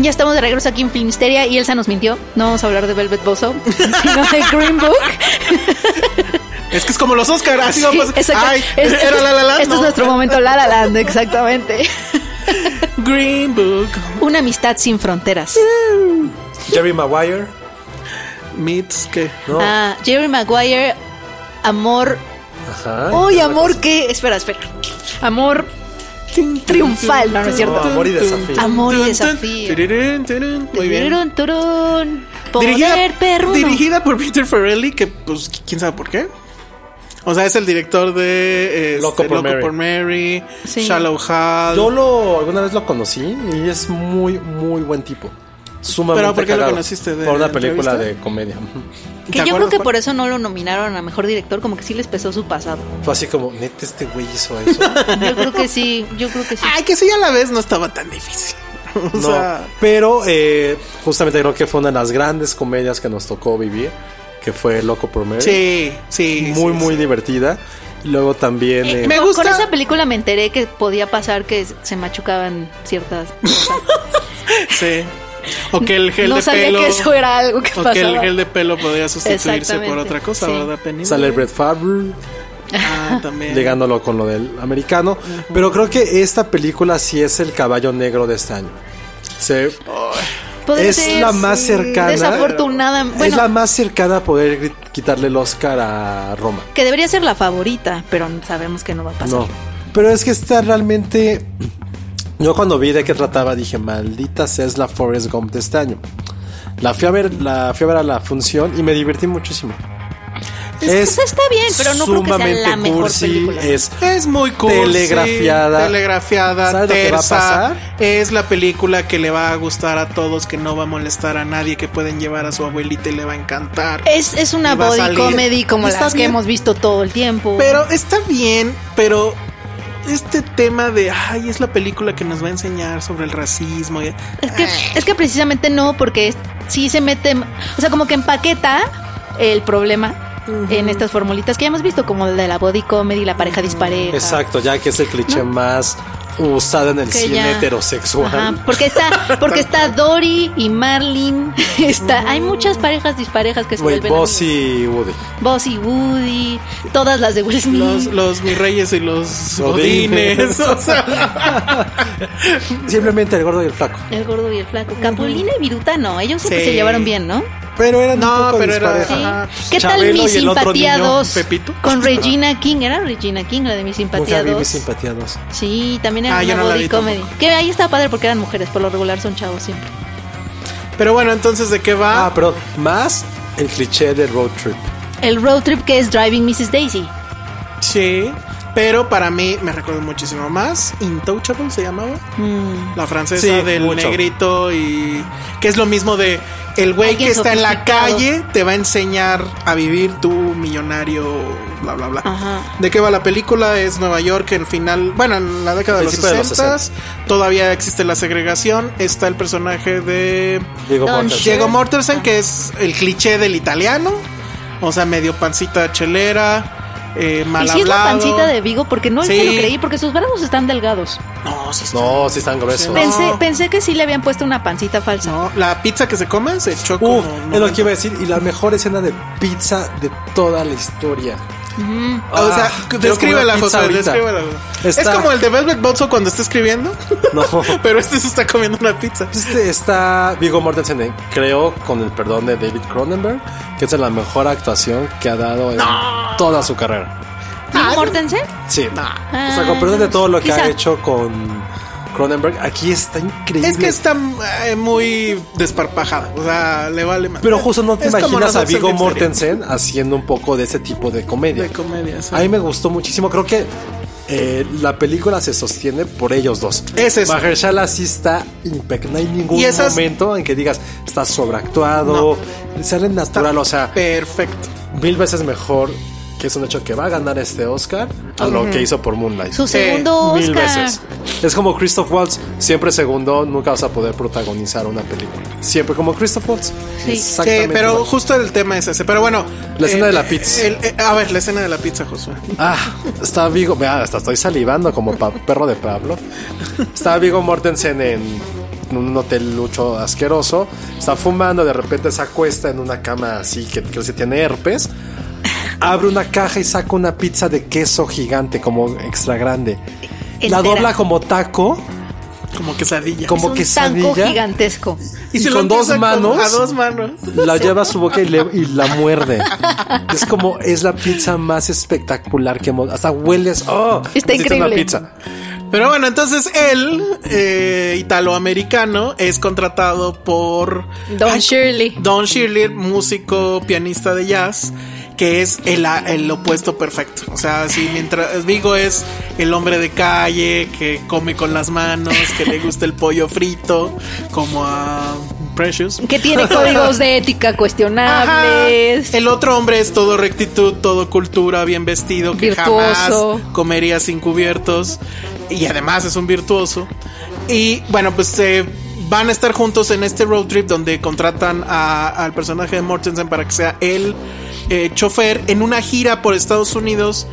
Speaker 4: Ya estamos de regreso aquí en Filmsteria y Elsa nos mintió. No vamos a hablar de Velvet [laughs] Bozo, sino de Green
Speaker 5: [laughs]
Speaker 4: Book.
Speaker 5: Es que es como los Oscar. Así
Speaker 4: Sí,
Speaker 5: vamos.
Speaker 4: exacto.
Speaker 5: pues, Ay,
Speaker 4: Es-
Speaker 5: era la la la.
Speaker 4: este es
Speaker 5: no.
Speaker 4: nuestro momento La La Land, exactamente.
Speaker 5: [laughs] Green Book.
Speaker 4: Una amistad sin fronteras.
Speaker 3: Jerry Maguire.
Speaker 5: Meets que.
Speaker 3: No.
Speaker 4: Ah, Jerry Maguire, amor.
Speaker 3: Ajá.
Speaker 4: Uy, amor que. Espera, espera. Amor triunfal, no, no es
Speaker 3: No,
Speaker 4: cierto.
Speaker 3: amor y desafío.
Speaker 4: Amor y desafío.
Speaker 5: Muy bien.
Speaker 4: Turun, turun. Poder perruno.
Speaker 5: dirigida por Peter Farrelly, que pues quién sabe por qué. O sea, es el director de eh,
Speaker 3: Loco
Speaker 5: este,
Speaker 3: por Mary.
Speaker 5: Mary,
Speaker 4: Sí.
Speaker 5: Shallow Hall.
Speaker 3: Yo lo, alguna vez lo conocí y es muy, muy buen tipo. Sumamente
Speaker 5: ¿Pero por qué lo
Speaker 3: cagado.
Speaker 5: conociste? ¿De
Speaker 3: Por una película
Speaker 5: entrevista?
Speaker 3: de comedia.
Speaker 5: ¿Te
Speaker 4: Que yo creo
Speaker 5: acuerdas
Speaker 4: que
Speaker 5: cuál?
Speaker 4: por eso no lo nominaron a mejor director, como que sí les pesó su pasado.
Speaker 3: Fue así como, neta, este güey hizo
Speaker 5: [laughs]
Speaker 3: eso.
Speaker 4: Yo creo que sí, yo creo que sí.
Speaker 5: Ay, que sí, a la vez no estaba tan difícil. [laughs] O
Speaker 3: No,
Speaker 5: sea,
Speaker 3: pero eh, justamente creo que fue una de las grandes comedias que nos tocó vivir, que fue Loco por Mary.
Speaker 5: sí, sí.
Speaker 3: ¿Eh? Muy,
Speaker 5: sí,
Speaker 3: muy divertida. Luego también...
Speaker 4: Eh,
Speaker 3: eh,
Speaker 5: me
Speaker 4: con-
Speaker 5: gusta-
Speaker 4: Con esa película me enteré que podía pasar que se machucaban ciertas cosas.
Speaker 5: sí. O que el [laughs] gel
Speaker 4: no
Speaker 5: de
Speaker 4: sabía
Speaker 5: pelo.
Speaker 4: que eso era algo que
Speaker 5: [laughs] o
Speaker 4: pasaba.
Speaker 5: que el gel de pelo podía sustituirse por
Speaker 4: Exactamente,
Speaker 5: otra cosa,
Speaker 4: sí.
Speaker 5: ¿verdad, Penny?
Speaker 3: Sale Brett Favre
Speaker 5: Ah, también.
Speaker 3: ligándolo con lo del americano. Pero creo que esta película sí es el caballo negro de este año. Se,
Speaker 4: Podría
Speaker 3: es
Speaker 4: ser,
Speaker 3: la más
Speaker 4: sí,
Speaker 3: cercana.
Speaker 4: Desafortunada.
Speaker 3: es
Speaker 4: Bueno,
Speaker 3: la más cercana a poder gri- quitarle el Oscar a Roma.
Speaker 4: que debería ser la favorita, pero sabemos que no va a pasar.
Speaker 3: No. Pero es que está realmente. Yo cuando vi de qué trataba dije, maldita sea es la Forrest Gump de este año. La fui a ver, la fui a ver a la función y me divertí muchísimo.
Speaker 4: Entonces, pues, está bien, pero no creo que sea la
Speaker 3: sumamente
Speaker 4: mejor
Speaker 3: cursi,
Speaker 4: película.
Speaker 3: Es
Speaker 5: Es muy cursi,
Speaker 3: Telegrafiada.
Speaker 5: telegrafiada,
Speaker 3: ¿Sabes lo que va a
Speaker 5: tersa.
Speaker 3: pasar?
Speaker 5: Es la película que le va a gustar a todos, que no va a molestar a nadie, que pueden llevar a su abuelita y le va a encantar.
Speaker 4: Es, es una
Speaker 5: Y va a
Speaker 4: body
Speaker 5: salir.
Speaker 4: comedy como
Speaker 5: Está
Speaker 4: las que
Speaker 5: bien.
Speaker 4: hemos visto todo el tiempo.
Speaker 5: Pero está bien, pero este tema de ay, es la película que nos va a enseñar sobre el racismo. y-
Speaker 4: es que, es que precisamente no, porque es- sí se mete, o sea, como que empaqueta el problema en estas formulitas que ya hemos visto, como la de la body comedy, la pareja dispareja.
Speaker 3: exacto, ya que es el cliché más usado en el
Speaker 4: Que
Speaker 3: cine
Speaker 4: ya-
Speaker 3: heterosexual.
Speaker 4: Ajá, porque está,
Speaker 3: [laughs]
Speaker 4: porque está Dory y Marlin. [laughs] Está, hay muchas parejas disparejas que se
Speaker 3: Güey,
Speaker 4: vuelven.
Speaker 3: Boss
Speaker 4: amigos.
Speaker 3: y Woody.
Speaker 4: Boss y Woody, todas las de Will Smith.
Speaker 5: Los, los mis reyes y los
Speaker 3: Godines. [laughs]
Speaker 5: godines. o sea,
Speaker 4: [laughs]
Speaker 3: Simplemente el gordo y el flaco.
Speaker 4: El gordo y el flaco. Capulina y Viruta no, ellos siempre
Speaker 5: Sí.
Speaker 4: se llevaron bien, ¿no?
Speaker 3: Pero eran un
Speaker 5: No,
Speaker 3: poco
Speaker 5: pero era-
Speaker 4: Sí.
Speaker 3: dispareja.
Speaker 5: Ajá.
Speaker 4: ¿Qué tal
Speaker 3: Chabelo
Speaker 4: mi
Speaker 3: y el otro
Speaker 4: simpatía
Speaker 3: niño,
Speaker 4: 2?
Speaker 5: Pepito.
Speaker 4: Con Regina King, era Regina King la de mi simpatía
Speaker 3: Nunca vi Pues mis
Speaker 4: 2.
Speaker 3: simpatiados.
Speaker 4: Sí, también era
Speaker 5: Ah, yo
Speaker 4: una
Speaker 5: no la
Speaker 4: body
Speaker 5: vi
Speaker 4: comedy. Que ahí estaba padre porque eran mujeres, por lo regular son chavos siempre.
Speaker 5: pero bueno, entonces de qué va?
Speaker 3: Ah, perdón. Más el cliché del road trip.
Speaker 4: El road trip que es Driving Mrs. Daisy.
Speaker 5: Sí, pero para mí me recuerdo muchísimo más. Intouchable se llamaba.
Speaker 4: Mm.
Speaker 5: La francesa
Speaker 3: Sí,
Speaker 5: del
Speaker 3: mucho.
Speaker 5: negrito y que es lo mismo de el güey
Speaker 4: Alguien
Speaker 5: que está en la
Speaker 4: sofisticado.
Speaker 5: calle te va a enseñar a vivir tu millonario, bla, bla, bla.
Speaker 4: Ajá.
Speaker 5: ¿De qué va la película? Es Nueva York en final, bueno, en la década de los
Speaker 3: Principio
Speaker 5: 60,
Speaker 3: de los
Speaker 5: todavía existe la segregación, está el personaje de
Speaker 3: Diego
Speaker 4: Don
Speaker 3: Mortensen.
Speaker 4: Shea.
Speaker 5: Diego Mortensen, que es el cliché del italiano, o sea, medio pancita chelera, eh, mal
Speaker 4: Y sí es la
Speaker 5: hablado.
Speaker 4: pancita de Vigo porque no se
Speaker 5: Sí.
Speaker 4: lo creí porque sus brazos están delgados.
Speaker 5: No, sí está-
Speaker 3: No, sí están gruesos.
Speaker 5: Sí.
Speaker 4: Pensé, pensé que sí le habían puesto una pancita falsa.
Speaker 5: no, la pizza que se come se echó como
Speaker 3: Uf, es lo que iba a decir. Y la mejor escena de pizza de toda la historia.
Speaker 5: O sea,
Speaker 3: Ah, quiero
Speaker 5: descríbela,
Speaker 3: comer pizza
Speaker 5: José,
Speaker 3: ahorita.
Speaker 5: descríbela. Es
Speaker 3: Está-
Speaker 5: como el de Velvet Bozo cuando está escribiendo,
Speaker 3: [laughs]
Speaker 5: [laughs]
Speaker 3: No.
Speaker 5: pero este se está comiendo una pizza.
Speaker 3: Este está Vigo Mortensen, eh, creo, con el perdón de David Cronenberg, que es la mejor actuación que ha dado en toda su carrera.
Speaker 4: ¿Vigo Mortensen?
Speaker 3: Sí.
Speaker 4: Ah.
Speaker 3: o sea, con perdón de todo lo que
Speaker 4: Quizá.
Speaker 3: ha hecho con Cronenberg, aquí está increíble.
Speaker 5: Es que está eh, muy desparpajada, o sea, le vale más.
Speaker 3: Pero justo no te
Speaker 5: Es como
Speaker 3: imaginas a
Speaker 5: nosotros en
Speaker 3: Vigo
Speaker 5: el exterior.
Speaker 3: Mortensen haciendo un poco de ese tipo de comedia.
Speaker 5: De comedia, sí.
Speaker 3: A mí me gustó muchísimo. Creo que eh, la película se sostiene por ellos dos.
Speaker 5: Es eso.
Speaker 3: Mahershala sí está impecable. No hay ningún
Speaker 5: Y esas-
Speaker 3: momento en que digas está sobreactuado, sale natural. O sea,
Speaker 5: Perfecto.
Speaker 3: mil veces mejor que es un hecho que va a ganar este Oscar a lo que hizo por Moonlight.
Speaker 4: Su segundo
Speaker 3: Mil
Speaker 4: Oscar.
Speaker 3: veces. Es como Christoph Waltz, siempre segundo, nunca vas a poder protagonizar una película. Siempre como Christoph Waltz.
Speaker 4: Sí.
Speaker 5: Sí, pero
Speaker 3: igual.
Speaker 5: justo el tema es ese. Pero bueno,
Speaker 3: La escena de la pizza.
Speaker 5: el- eh, a ver, la escena de la pizza, Josué.
Speaker 3: Ah, está Vigo. Vea, hasta estoy salivando como pa- perro de Pablo. Está Vigo Mortensen en un hotel lucho asqueroso. Está fumando, de repente se acuesta en una cama así que creo que tiene herpes. Abre una caja y saca una pizza de queso gigante, como extra grande.
Speaker 4: Entera.
Speaker 3: La dobla como taco,
Speaker 5: Como quesadilla.
Speaker 3: como
Speaker 4: es un tanco
Speaker 3: quesadilla.
Speaker 4: [laughs] gigantesco.
Speaker 3: Y,
Speaker 5: se lo
Speaker 3: con dos
Speaker 5: empieza
Speaker 3: manos
Speaker 5: a dos manos.
Speaker 3: la lleva a su boca y, le- y la muerde. Es como, es la pizza más espectacular que hemos. Hasta hueles. ¡Oh! necesito
Speaker 4: Está increíble.
Speaker 3: Una pizza.
Speaker 5: Pero bueno, entonces él, eh, italoamericano, es contratado por
Speaker 4: Don Shirley.
Speaker 5: Don Shirley, músico, pianista de jazz, que es el, a- el opuesto perfecto. O sea, si mientras Vigo es el hombre de calle, que come con las manos, que le gusta el pollo frito, como a Precious.
Speaker 4: Que tiene códigos de ética cuestionables.
Speaker 5: Ajá. El otro hombre es todo rectitud, todo cultura, bien vestido, que
Speaker 4: Virtuoso.
Speaker 5: jamás comería sin cubiertos. Y además es un virtuoso. Y bueno, pues eh, van a estar juntos en este road trip donde contratan a- al personaje de Mortensen para que sea el eh, chofer en una gira por Estados Unidos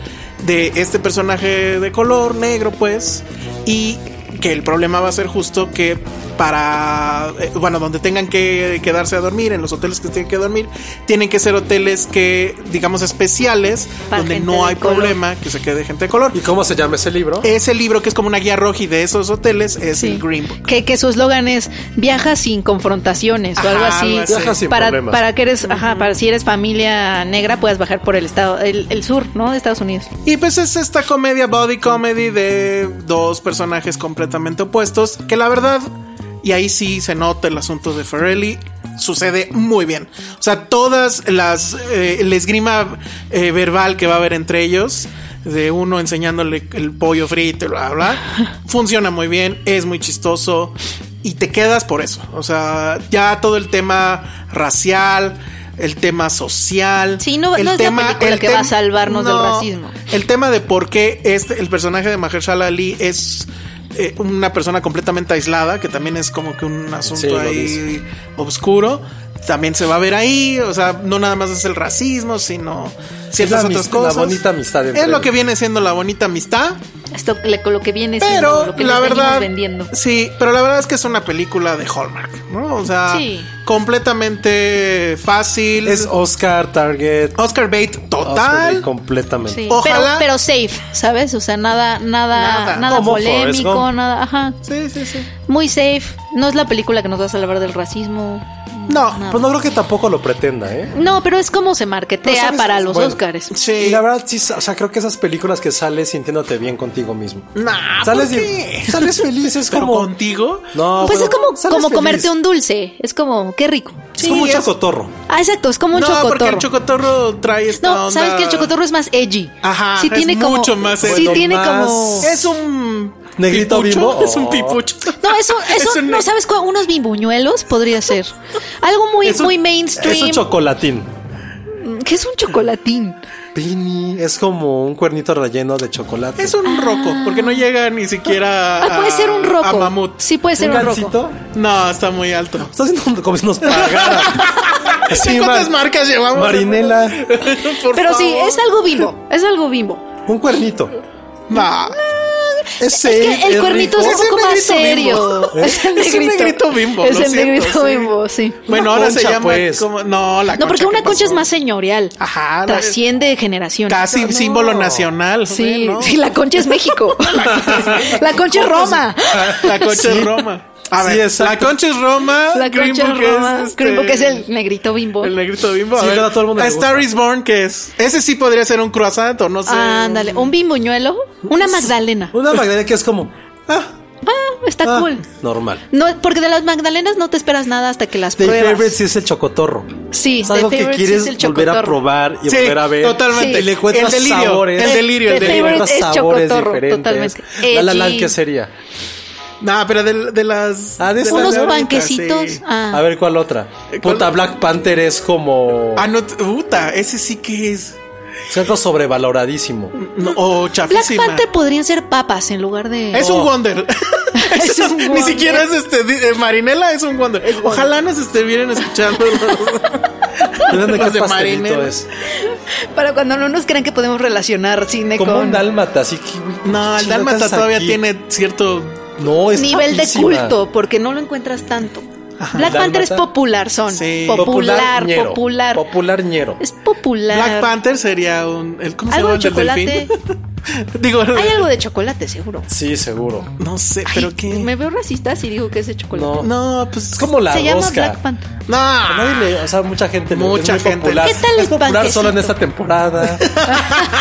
Speaker 5: de este personaje de color negro, pues. Y que el problema va a ser justo que para, eh, bueno, donde tengan que quedarse a dormir, en los hoteles que tienen que dormir, tienen que ser hoteles que, digamos, especiales,
Speaker 4: Para
Speaker 5: donde
Speaker 4: gente
Speaker 5: no
Speaker 4: de
Speaker 5: hay
Speaker 4: color.
Speaker 5: problema que se quede gente de color.
Speaker 3: ¿Y cómo se llama ese libro?
Speaker 5: Ese libro que es como una guía roji de esos hoteles es
Speaker 4: Sí.
Speaker 5: el Green Book.
Speaker 4: Que, que su eslogan es viaja sin confrontaciones o
Speaker 5: Ajá,
Speaker 4: algo así.
Speaker 5: algo así. Viaja
Speaker 3: sin
Speaker 4: para,
Speaker 3: problemas.
Speaker 4: para que eres, ajá, para si eres familia negra, puedas bajar por el estado, el, el sur, ¿no? De Estados Unidos.
Speaker 5: Y pues es esta comedia body comedy de dos personajes completamente opuestos que la verdad Y ahí sí se nota el asunto de Ferrelli. Sucede muy bien. O sea, todas las. eh, el esgrima eh, verbal que va a haber entre ellos, de uno enseñándole el pollo frito y bla, bla,
Speaker 4: [laughs]
Speaker 5: bla, funciona muy bien, es muy chistoso y te quedas por eso. O sea, ya todo el tema racial, el tema social.
Speaker 4: Sí, no-
Speaker 5: el
Speaker 4: no es la película que va a
Speaker 5: tem-
Speaker 4: salvarnos del racismo.
Speaker 5: el tema de por qué este, el personaje de Mahershala Ali es eh, una persona completamente aislada, que también es como que un asunto
Speaker 3: Sí, lo
Speaker 5: ahí
Speaker 3: dice.
Speaker 5: obscuro, también se va a ver ahí. O sea, no nada más es el racismo, sino ciertas
Speaker 3: la
Speaker 5: otras
Speaker 3: amist- la
Speaker 5: cosas.
Speaker 3: bonita amistad entre
Speaker 5: Es lo
Speaker 3: ellos.
Speaker 5: que viene siendo la bonita amistad,
Speaker 4: Esto le- lo que viene siendo
Speaker 5: pero
Speaker 4: lo que
Speaker 5: la
Speaker 4: les venimos
Speaker 5: verdad.
Speaker 4: vendiendo.
Speaker 5: Sí, pero la verdad es que es una película de Hallmark, ¿no? O sea,
Speaker 4: Sí.
Speaker 5: completamente fácil.
Speaker 3: Es Oscar, Target.
Speaker 5: Oscar Bait
Speaker 3: Oscar
Speaker 5: total.
Speaker 3: Bait completamente.
Speaker 4: Sí,
Speaker 5: Ojalá-
Speaker 4: Pero, pero safe, ¿sabes? O sea, nada, nada,
Speaker 5: Nada.
Speaker 4: nada,
Speaker 3: Como Forrest
Speaker 4: polémico,
Speaker 3: Gump.
Speaker 4: nada, ajá.
Speaker 5: Sí, sí, sí.
Speaker 4: Muy safe. No es la película que nos va a salvar del racismo.
Speaker 5: No,
Speaker 3: Pues no creo que tampoco lo pretenda, ¿eh? Pues
Speaker 4: No, pero es como se marquetea
Speaker 5: ¿sabes?
Speaker 4: para los
Speaker 3: Bueno,
Speaker 4: Oscars.
Speaker 5: Sí.
Speaker 3: Y la verdad, sí, o sea, creo que esas películas que sales sintiéndote bien contigo mismo.
Speaker 5: Nah,
Speaker 3: sales,
Speaker 5: ¿por
Speaker 3: bien-
Speaker 5: qué?
Speaker 3: sales feliz, [laughs] es
Speaker 5: ¿Pero
Speaker 3: como.
Speaker 5: contigo?
Speaker 3: No,
Speaker 4: Pues
Speaker 3: pero
Speaker 4: es como,
Speaker 3: sales
Speaker 4: como
Speaker 3: feliz.
Speaker 4: comerte un dulce. Es como, qué rico.
Speaker 3: Es como un
Speaker 5: Sí, es-
Speaker 3: chocotorro.
Speaker 4: Ah, exacto, es como un
Speaker 5: no, porque
Speaker 4: chocotorro.
Speaker 5: el chocotorro trae esta
Speaker 4: no,
Speaker 5: onda-
Speaker 4: sabes que el chocotorro es más edgy.
Speaker 5: Ajá,
Speaker 4: Sí
Speaker 5: es
Speaker 4: tiene como-
Speaker 5: mucho más
Speaker 4: Sí
Speaker 5: edgy.
Speaker 4: tiene
Speaker 3: Más-
Speaker 4: como.
Speaker 5: Es un...
Speaker 3: ¿Negrito
Speaker 5: pipucho,
Speaker 3: bimbo?
Speaker 5: [laughs] Es un pipucho.
Speaker 4: No, eso,
Speaker 5: [laughs]
Speaker 4: eso,
Speaker 5: un-
Speaker 4: no sabes cuál? unos bimbuñuelos podría ser. Algo muy,
Speaker 3: Es un-
Speaker 4: muy mainstream.
Speaker 3: Es un chocolatín.
Speaker 4: que es un chocolatín.
Speaker 3: Pini, es como un cuernito relleno de chocolate.
Speaker 5: Es un roco, porque no llega ni siquiera
Speaker 4: Ah,
Speaker 5: a,
Speaker 4: puede ser un roco.
Speaker 5: a mamut.
Speaker 4: Sí, puede ser un, roco.
Speaker 3: gansito?
Speaker 5: No, está muy alto. [laughs]
Speaker 3: Estás haciendo como si nos pagaran.
Speaker 5: ¿Sí,
Speaker 3: Sí,
Speaker 5: ¿Cuántas
Speaker 3: Mar-
Speaker 5: marcas llevamos?
Speaker 3: Marinela,
Speaker 5: Por
Speaker 4: Pero sí,
Speaker 5: favor.
Speaker 4: es algo bimbo. Es algo bimbo.
Speaker 3: un cuernito.
Speaker 5: No.
Speaker 3: Es,
Speaker 4: Es
Speaker 3: safe,
Speaker 4: que el
Speaker 3: es
Speaker 4: cuernito
Speaker 3: rico.
Speaker 4: es un
Speaker 5: Es el
Speaker 4: poco más
Speaker 5: negrito
Speaker 4: serio.
Speaker 5: bimbo. [laughs] Es un negrito bimbo,
Speaker 4: Es
Speaker 5: lo
Speaker 4: el
Speaker 5: siento,
Speaker 4: negrito
Speaker 5: sí.
Speaker 4: bimbo, sí.
Speaker 5: Bueno, ahora se
Speaker 3: concha,
Speaker 5: llama...
Speaker 3: pues.
Speaker 5: como- No, la
Speaker 4: No, porque
Speaker 5: ¿qué
Speaker 4: una concha es
Speaker 5: pasó?
Speaker 4: más señorial.
Speaker 5: Ajá, la-
Speaker 4: Trasciende generaciones.
Speaker 5: Casi símbolo nacional.
Speaker 4: Sí, [laughs]
Speaker 5: bueno.
Speaker 4: sí, la concha es México. la concha es Roma.
Speaker 5: [laughs] La concha es Roma. A
Speaker 3: Sí,
Speaker 5: ver, la
Speaker 3: exacto.
Speaker 5: concha es Roma.
Speaker 4: La
Speaker 5: Green
Speaker 4: concha
Speaker 5: Book
Speaker 4: es Roma.
Speaker 5: este,
Speaker 4: Green Book es el negrito bimbo.
Speaker 5: el negrito bimbo. A
Speaker 3: Sí,
Speaker 5: ver,
Speaker 3: pero a todo el mundo
Speaker 5: A
Speaker 3: le gusta.
Speaker 5: Star is Born, ¿qué es? Ese sí podría ser un croissant o no sé.
Speaker 4: Ándale, un bimbuñuelo, una magdalena.
Speaker 3: Una magdalena que es como. Ah,
Speaker 4: Ah, está
Speaker 3: ah,
Speaker 4: cool.
Speaker 3: Normal.
Speaker 4: No, porque de las magdalenas no te esperas nada hasta que las
Speaker 3: The favorite
Speaker 4: pruebas.
Speaker 3: sí es el chocotorro.
Speaker 4: Sí,
Speaker 3: es
Speaker 4: the
Speaker 3: algo que
Speaker 4: favorite sí
Speaker 3: quieres
Speaker 4: es el
Speaker 3: volver a
Speaker 4: chocotorro.
Speaker 3: probar y
Speaker 5: Sí,
Speaker 3: volver a ver.
Speaker 5: totalmente.
Speaker 3: Y le encuentras
Speaker 5: El delirio,
Speaker 3: sabores.
Speaker 5: el delirio, el
Speaker 3: Le
Speaker 5: delirio.
Speaker 3: encuentras
Speaker 4: Es
Speaker 3: sabores
Speaker 4: chocotorro,
Speaker 3: diferentes.
Speaker 4: totalmente.
Speaker 3: La la Land,
Speaker 4: Edgy.
Speaker 3: ¿qué sería?
Speaker 5: Nah, pero de, de las.
Speaker 3: Ah, de
Speaker 5: las
Speaker 3: esas
Speaker 4: Unos
Speaker 3: Las
Speaker 5: largas,
Speaker 4: panquecitos.
Speaker 5: sí.
Speaker 4: Ah.
Speaker 3: A ver, ¿cuál otra?
Speaker 5: Eh, ¿cuál?
Speaker 3: Puta, Black Panther es como.
Speaker 5: Ah, no, t- puta, ese sí que es.
Speaker 3: Es algo sobrevaloradísimo.
Speaker 5: No, o
Speaker 4: Black
Speaker 5: chafísima.
Speaker 4: Panther podrían ser papas en lugar de.
Speaker 5: Es
Speaker 3: Oh.
Speaker 5: un
Speaker 3: [laughs]
Speaker 5: Wonder.
Speaker 4: Es un
Speaker 5: Ni
Speaker 4: Wonder.
Speaker 5: siquiera es este. di- eh, Marinela es un Wonder. Ojalá nos
Speaker 3: [laughs]
Speaker 5: estuvieran escuchando.
Speaker 3: Depende de
Speaker 5: Los
Speaker 3: qué
Speaker 5: [laughs] de
Speaker 3: pastelito
Speaker 5: marinero.
Speaker 3: es.
Speaker 4: Oh. Para cuando no nos crean que podemos relacionar cine
Speaker 3: Como
Speaker 4: con.
Speaker 3: un dálmata, así que. güey,
Speaker 5: no, el
Speaker 3: ¿qué
Speaker 5: Dálmata
Speaker 3: chingados
Speaker 5: todavía
Speaker 3: aquí?
Speaker 5: tiene cierto
Speaker 3: No, es
Speaker 4: nivel de
Speaker 3: chafísima.
Speaker 4: culto, porque no lo encuentras tanto. Black
Speaker 3: Dálmata.
Speaker 4: Panther es popular, son.
Speaker 5: Sí.
Speaker 4: Popular,
Speaker 3: ñero,
Speaker 4: popular.
Speaker 3: Popular ñero.
Speaker 4: Es popular.
Speaker 5: Black Panther sería un. El, ¿Cómo se
Speaker 4: Algo
Speaker 5: llama
Speaker 4: de
Speaker 5: el del
Speaker 4: chocolate.
Speaker 5: delfín? [laughs] Digo,
Speaker 4: Hay algo de chocolate, seguro.
Speaker 3: Sí, seguro.
Speaker 5: no sé, pero
Speaker 4: Ay,
Speaker 5: qué.
Speaker 4: Me veo racista si digo que es de chocolate.
Speaker 3: No.
Speaker 5: No, pues.
Speaker 3: Es como la
Speaker 4: Se llama
Speaker 3: rosca.
Speaker 4: Black Panther.
Speaker 3: A
Speaker 5: No.
Speaker 3: nadie le- o sea, mucha gente le
Speaker 5: Mucha
Speaker 3: es muy
Speaker 5: gente.
Speaker 3: popular.
Speaker 4: ¿Qué tal el
Speaker 3: es popular
Speaker 4: panquecito?
Speaker 3: solo en esta temporada.
Speaker 5: [laughs]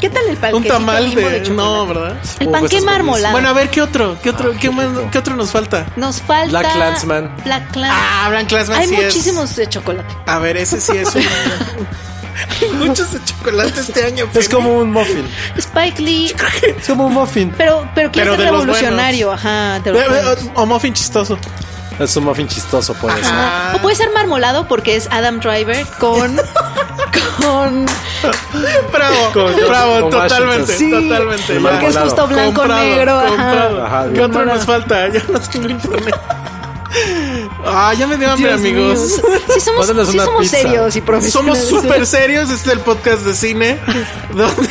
Speaker 4: ¿Qué tal el panquecito
Speaker 5: Un tamal
Speaker 4: mismo
Speaker 5: de.
Speaker 4: chocolate?
Speaker 5: no, ¿verdad?
Speaker 4: El
Speaker 3: Supongo que
Speaker 4: panque
Speaker 3: esas
Speaker 4: marmolado.
Speaker 5: Bueno, a ver, ¿qué otro? ¿Qué otro,
Speaker 4: Ah,
Speaker 5: qué,
Speaker 3: qué
Speaker 5: más-
Speaker 3: rico.
Speaker 5: qué otro nos falta?
Speaker 4: Nos falta.
Speaker 3: Black Klansman.
Speaker 4: Black Klansman.
Speaker 5: Ah, Black Klansman
Speaker 4: Hay
Speaker 5: sí es-
Speaker 4: muchísimos de chocolate.
Speaker 5: A ver, ese sí
Speaker 4: [laughs]
Speaker 5: es un. Hay Muchos de chocolate este año.
Speaker 3: es
Speaker 5: Penny.
Speaker 3: como un muffin.
Speaker 4: Spike Lee.
Speaker 3: Es como un muffin.
Speaker 4: Pero, pero quiere
Speaker 5: Pero
Speaker 4: ser
Speaker 5: de los
Speaker 4: revolucionario. Ajá. de los
Speaker 5: Ve- ve,
Speaker 4: buenos.
Speaker 5: Eh, O o muffin chistoso.
Speaker 3: Es un muffin chistoso, pues. puede ser.
Speaker 4: Ah, O puede ser marmolado porque es Adam Driver
Speaker 5: [laughs]
Speaker 4: con. con.
Speaker 5: Bravo.
Speaker 3: Con-
Speaker 5: bravo,
Speaker 3: con
Speaker 5: totalmente.
Speaker 3: Washington. Sí,
Speaker 5: totalmente.
Speaker 3: el
Speaker 5: ya.
Speaker 4: Porque es
Speaker 3: Marmolado.
Speaker 4: justo blanco,
Speaker 5: Comprado,
Speaker 4: negro. ajá.
Speaker 5: comprado.
Speaker 3: Ajá, bien.
Speaker 5: ¿Qué otro nos falta? [laughs] Ya no tengo internet. Ah, ya me dio hambre,
Speaker 4: Dios mío.
Speaker 5: amigos.
Speaker 4: Sí, somos,
Speaker 3: Mándanos
Speaker 4: sí
Speaker 3: una
Speaker 4: somos
Speaker 3: pizza.
Speaker 4: serios y profesionales.
Speaker 5: Somos súper serios. Este es el podcast de cine
Speaker 4: [laughs]
Speaker 5: donde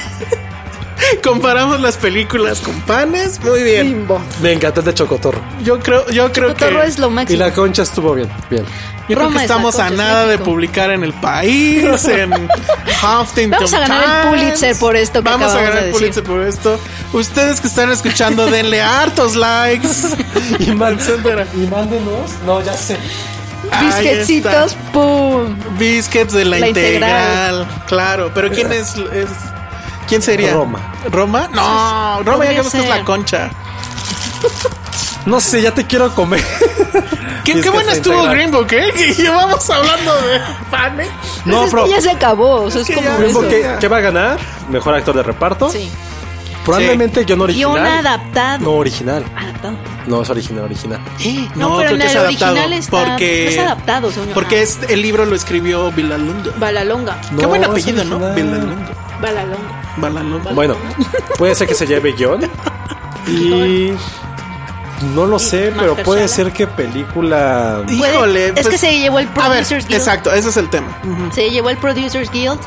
Speaker 5: comparamos las películas con panes. Muy bien.
Speaker 4: Bimbo.
Speaker 3: Me encantó el de Chocotorro.
Speaker 5: Yo creo, yo creo que,
Speaker 4: Cotorro es lo
Speaker 3: Y
Speaker 4: máximo.
Speaker 3: la concha estuvo bien.
Speaker 5: [laughs]
Speaker 3: Bien.
Speaker 5: yo creo
Speaker 4: Roma
Speaker 5: que
Speaker 4: es la
Speaker 5: estamos a
Speaker 4: concha, es
Speaker 5: nada de
Speaker 4: México.
Speaker 5: publicar en el país, en Huffington
Speaker 4: Vamos a ganar el
Speaker 5: Times.
Speaker 4: Pulitzer por esto que
Speaker 5: Vamos a
Speaker 4: acabamos
Speaker 5: ganar
Speaker 4: de
Speaker 5: el
Speaker 4: decir.
Speaker 5: Pulitzer por esto. Ustedes que
Speaker 4: [laughs]
Speaker 5: están escuchando, denle hartos likes.
Speaker 3: Y, man-
Speaker 5: Etcétera.
Speaker 3: y mándenos. No, ya sé.
Speaker 5: Ahí
Speaker 4: Bisquecitos,
Speaker 5: está.
Speaker 4: pum.
Speaker 5: Biscuits de la,
Speaker 4: La
Speaker 5: integral.
Speaker 4: Integral.
Speaker 5: Claro, pero ¿quién es, es- ¿Quién sería?
Speaker 3: Roma.
Speaker 5: ¿Roma? No, Roma ya
Speaker 4: podría
Speaker 5: vemos que es
Speaker 4: ser.
Speaker 5: la concha.
Speaker 3: No sé, ya te quiero comer. Y
Speaker 5: Qué,
Speaker 3: es
Speaker 5: qué
Speaker 3: que
Speaker 5: buena
Speaker 3: está
Speaker 5: estuvo
Speaker 3: integral.
Speaker 5: Green Book, ¿eh? [laughs] Que llevamos hablando de panes.
Speaker 3: No,
Speaker 4: Pues es
Speaker 3: pero
Speaker 4: que ya se acabó. o sea, es
Speaker 5: que
Speaker 4: como
Speaker 5: ya-
Speaker 4: eso.
Speaker 3: Green Book, ¿qué, qué va a ganar? Mejor actor de reparto.
Speaker 4: Sí.
Speaker 3: Probablemente guión original.
Speaker 4: Guión adaptado.
Speaker 3: No original.
Speaker 4: Adaptado.
Speaker 3: No es original, original.
Speaker 4: No, pero en
Speaker 5: creo que
Speaker 4: el
Speaker 5: es
Speaker 4: original
Speaker 5: adaptado,
Speaker 4: está- pues,
Speaker 5: porque,
Speaker 4: es adaptado, señor.
Speaker 5: Porque es, el libro lo escribió Vilalunda.
Speaker 4: Balalonga.
Speaker 5: Qué
Speaker 3: No,
Speaker 5: buen
Speaker 3: es
Speaker 5: apellido, ¿no?
Speaker 3: original.
Speaker 5: Vilalunda.
Speaker 4: Balalonga.
Speaker 5: Vilalunda.
Speaker 3: Bueno, puede ser que se lleve
Speaker 4: [laughs]
Speaker 3: guión. Y. No lo sé, pero puede ser que película.
Speaker 4: Puede-
Speaker 5: Híjole.
Speaker 4: Pues,
Speaker 5: pues,
Speaker 4: es
Speaker 3: pues,
Speaker 4: que se llevó el
Speaker 5: A ver,
Speaker 4: Producers Guild.
Speaker 5: exacto, ese es el tema.
Speaker 4: Se llevó el Producers Guild.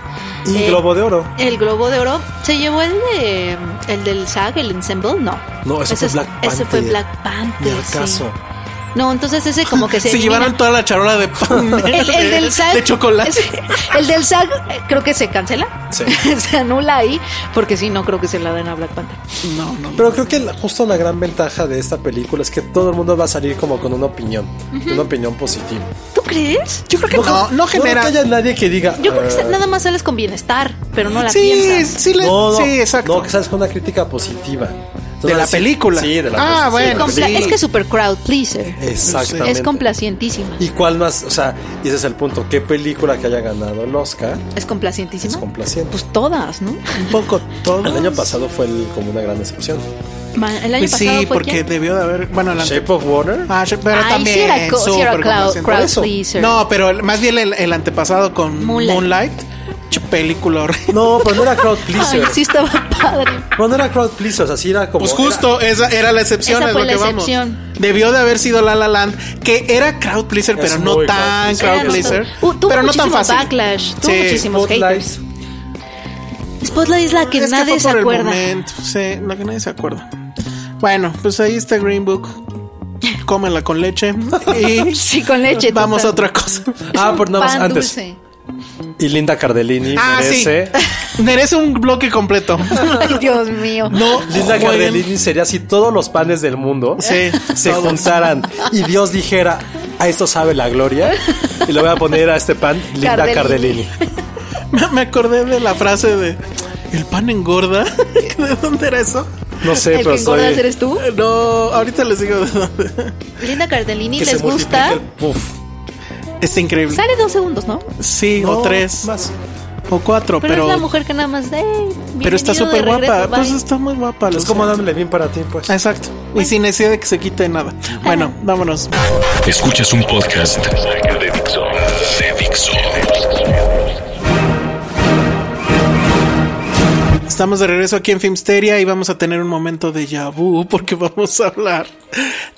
Speaker 3: Y
Speaker 4: eh,
Speaker 3: Globo de Oro.
Speaker 4: El Globo de Oro. Se llevó el de el del SAG, el Ensemble, no.
Speaker 3: No, ese fue
Speaker 4: es-
Speaker 3: Black
Speaker 4: Ese fue
Speaker 3: Panther.
Speaker 4: Black Panther.
Speaker 3: Ni al
Speaker 4: sí.
Speaker 3: caso.
Speaker 4: No, entonces ese
Speaker 3: [laughs]
Speaker 4: como que se.
Speaker 5: Se,
Speaker 4: elimina.
Speaker 5: llevaron toda la
Speaker 4: [laughs]
Speaker 5: charola de pan. [laughs]
Speaker 4: El, el del SAG.
Speaker 5: De chocolate.
Speaker 4: es- el del SAG eh, creo que se cancela.
Speaker 3: Sí.
Speaker 4: [laughs] se anula ahí. Porque si no, creo que se la den a Black Panther.
Speaker 5: No, no.
Speaker 3: Pero creo que la- justo la gran ventaja de esta película es que todo el mundo va a salir como con una opinión, una opinión positiva.
Speaker 4: ¿Tú crees?
Speaker 5: Yo creo que no, no, genera.
Speaker 3: No creo que haya nadie que diga.
Speaker 4: Yo creo que
Speaker 3: "Ah".
Speaker 4: sa- nada más sales con bienestar, pero no la
Speaker 5: sí,
Speaker 4: piensas.
Speaker 5: sí, le-
Speaker 3: No, no,
Speaker 5: sí, exacto.
Speaker 3: No, que sabes con una crítica positiva. Entonces,
Speaker 5: De la
Speaker 3: sí,
Speaker 5: película.
Speaker 3: Sí, de la pues,
Speaker 5: Ah,
Speaker 3: sí,
Speaker 5: bueno,
Speaker 3: de la
Speaker 4: Compla-
Speaker 5: sí.
Speaker 4: Es que es super crowd pleaser.
Speaker 3: película. Exactamente.
Speaker 4: Es complacientísima.
Speaker 3: ¿Y cuál más? O sea, y ese es el punto. ¿Qué película que haya ganado el Oscar?
Speaker 4: Es complacientísima.
Speaker 3: Es complaciente.
Speaker 4: Pues todas, ¿no?
Speaker 3: Un poco todo. El año pasado fue el- como una gran excepción.
Speaker 4: Ma- El año
Speaker 5: Pues
Speaker 4: pasado
Speaker 5: sí,
Speaker 4: fue
Speaker 5: porque [laughs]
Speaker 4: quién?
Speaker 5: debió de haber. Bueno, la
Speaker 3: Shape of Water.
Speaker 5: Ah, sí, pero
Speaker 4: Ay,
Speaker 5: también.
Speaker 4: sí era, co- sí era
Speaker 5: súper
Speaker 4: crowd,
Speaker 5: complaciente.
Speaker 4: crowd
Speaker 3: eso.
Speaker 4: pleaser.
Speaker 5: No, pero el- más bien el, el antepasado con
Speaker 4: Moonlight.
Speaker 5: Moonlight. Ch- película horrible.
Speaker 3: No, pero no era crowd
Speaker 4: Ay,
Speaker 3: pleaser.
Speaker 4: sí estaba padre.
Speaker 3: No, no era crowd pleaser. O sea, sí era como.
Speaker 5: [laughs] Pues justo esa era la excepción,
Speaker 4: Esa
Speaker 5: es
Speaker 4: fue
Speaker 5: lo
Speaker 4: la
Speaker 5: que vamos.
Speaker 4: excepción.
Speaker 5: Debió de haber sido La La Land, que era crowd pleaser,
Speaker 3: Es
Speaker 5: pero no
Speaker 3: muy
Speaker 5: tan
Speaker 3: crowd
Speaker 5: crowd
Speaker 4: pleaser.
Speaker 5: pleaser.
Speaker 4: Uh, tuvo
Speaker 5: pero no tan
Speaker 4: muchísimo
Speaker 5: fácil.
Speaker 4: backlash, tuvo muchísimo-
Speaker 3: era
Speaker 4: Hicimos
Speaker 3: Spotlight.
Speaker 4: haters. Spotlight es la que
Speaker 5: Es que
Speaker 4: nadie
Speaker 5: fue
Speaker 4: se
Speaker 5: por el
Speaker 4: acuerda.
Speaker 5: momento, sí, la que nadie se acuerda. Bueno, pues ahí está Green Book. Cómela
Speaker 4: [laughs]
Speaker 5: con leche. Y
Speaker 4: Sí, con leche.
Speaker 5: vamos a
Speaker 4: total.
Speaker 5: otra cosa.
Speaker 3: Ah,
Speaker 4: Un
Speaker 3: por nada más
Speaker 4: pan
Speaker 3: antes.
Speaker 4: dulce. [laughs]
Speaker 3: Y Linda Cardellini
Speaker 5: Ah,
Speaker 3: merece.
Speaker 5: sí. Merece un bloque
Speaker 4: [laughs]
Speaker 5: completo.
Speaker 4: Ay, Dios mío.
Speaker 5: No,
Speaker 3: Linda
Speaker 5: jueguen.
Speaker 3: Cardellini sería si todos los panes del mundo
Speaker 5: Sí,
Speaker 3: se
Speaker 5: todos.
Speaker 3: juntaran y Dios dijera, a esto sabe la gloria, y le voy a poner a este pan Linda
Speaker 4: Cardellini.
Speaker 3: Cardellini.
Speaker 5: Me, me acordé de la frase de el pan engorda. [laughs] ¿De dónde era eso?
Speaker 3: No sé,
Speaker 4: el que
Speaker 5: pues,
Speaker 3: pero
Speaker 4: engordas
Speaker 3: soy...
Speaker 4: eres tú.
Speaker 5: No, ahorita les digo de dónde.
Speaker 4: Linda Cardellini,
Speaker 3: que se
Speaker 4: ¿les gusta?
Speaker 3: multiplique el- Uf,
Speaker 5: Está increíble.
Speaker 4: Sale dos segundos, ¿no?
Speaker 5: Sí,
Speaker 3: no,
Speaker 5: o tres.
Speaker 3: más.
Speaker 5: O cuatro,
Speaker 4: Pero,
Speaker 5: pero.
Speaker 4: es la
Speaker 5: Pero,
Speaker 4: mujer que nada más. "Ey, bienvenido
Speaker 5: está
Speaker 4: de
Speaker 5: súper guapa.
Speaker 4: regreso, bye".
Speaker 5: Pues está muy guapa. lo
Speaker 3: Es como
Speaker 5: siento.
Speaker 3: Adam Levine para ti, pues.
Speaker 5: Exacto. Y sin necesidad de que se quite nada. Bueno, vámonos.
Speaker 2: Escuchas un podcast de Dixo. De Dixo.
Speaker 5: Estamos de regreso aquí en Filmsteria y vamos a tener un momento de yabú porque vamos a hablar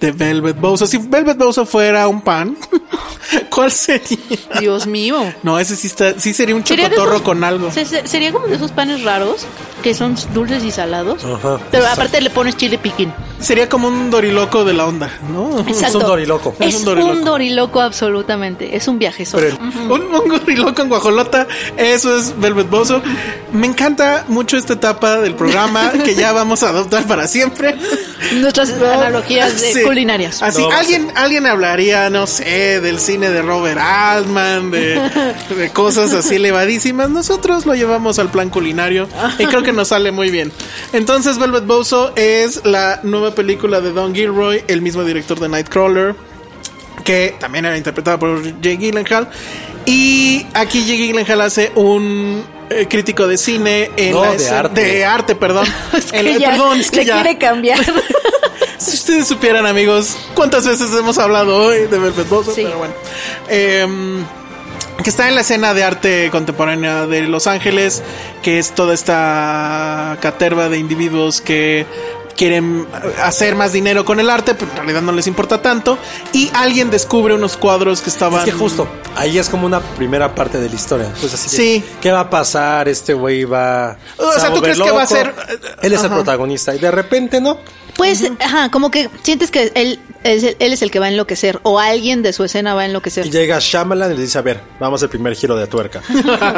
Speaker 5: de Velvet Bowser. Si Velvet Bowser fuera un pan, [laughs] ¿cuál sería?
Speaker 4: Dios mío.
Speaker 5: No, ese sí, está, sí sería un
Speaker 4: Sería de
Speaker 5: chocotorro
Speaker 4: esos-
Speaker 5: con algo.
Speaker 4: se- se- sería como de esos panes raros que son dulces y salados. pero aparte le pones chile piquín.
Speaker 5: Sería como un doriloco de la onda, ¿no?
Speaker 4: Exacto.
Speaker 3: doriloco.
Speaker 4: Es,
Speaker 5: Es un
Speaker 4: un,
Speaker 5: doriloco.
Speaker 4: doriloco. absolutamente. Es un viaje solo.
Speaker 3: Pero el-
Speaker 5: Un, un doriloco en guajolota, eso es Velvet Bozo. Me encanta mucho esta etapa del programa que ya vamos a adoptar para siempre.
Speaker 4: Nuestras analogías de
Speaker 5: Sí. Ah,
Speaker 4: culinarias.
Speaker 5: Así,
Speaker 3: No,
Speaker 5: alguien, alguien hablaría, no sé, del cine de Robert
Speaker 4: [laughs]
Speaker 5: Altman, de, de cosas así elevadísimas. Nosotros lo llevamos al plan culinario y creo que nos sale muy bien. Entonces, Velvet Bozo es la nueva película de Don Gilroy, el mismo director de Nightcrawler, que también era interpretada por Jay Gyllenhaal. Y aquí Jay Gyllenhaal hace un eh, crítico de cine en
Speaker 3: No,
Speaker 5: la
Speaker 3: de
Speaker 5: escena-
Speaker 3: arte.
Speaker 5: de arte, perdón.
Speaker 4: [laughs] Es que
Speaker 5: En la-
Speaker 4: ya
Speaker 5: perdón, es que
Speaker 4: le
Speaker 5: ya.
Speaker 4: quiere cambiar.
Speaker 5: Si ustedes supieran, amigos, cuántas veces hemos hablado hoy de Velvet Buzzsaw,
Speaker 4: Sí.
Speaker 5: pero bueno. Em, que está en la escena de arte contemporánea de Los Ángeles, que es toda esta caterva de individuos que quieren hacer más dinero con el arte, pero en realidad no les importa tanto. Y alguien descubre unos cuadros que estaban.
Speaker 3: Es que justo, ahí es como una primera parte de la historia. Pues así de,
Speaker 5: Sí.
Speaker 3: ¿Qué va a pasar? Este güey va.
Speaker 5: O sea,
Speaker 3: se
Speaker 5: ¿tú
Speaker 3: volver
Speaker 5: crees que va a ser-
Speaker 3: Él es el
Speaker 5: Ajá.
Speaker 3: protagonista. Y de repente, ¿no?
Speaker 4: Pues, ajá, como que sientes que él es, el- él es el que va a enloquecer o alguien de su escena va a enloquecer.
Speaker 3: Y llega Shyamalan y le dice, a ver, vamos al primer giro de tuerca. [laughs]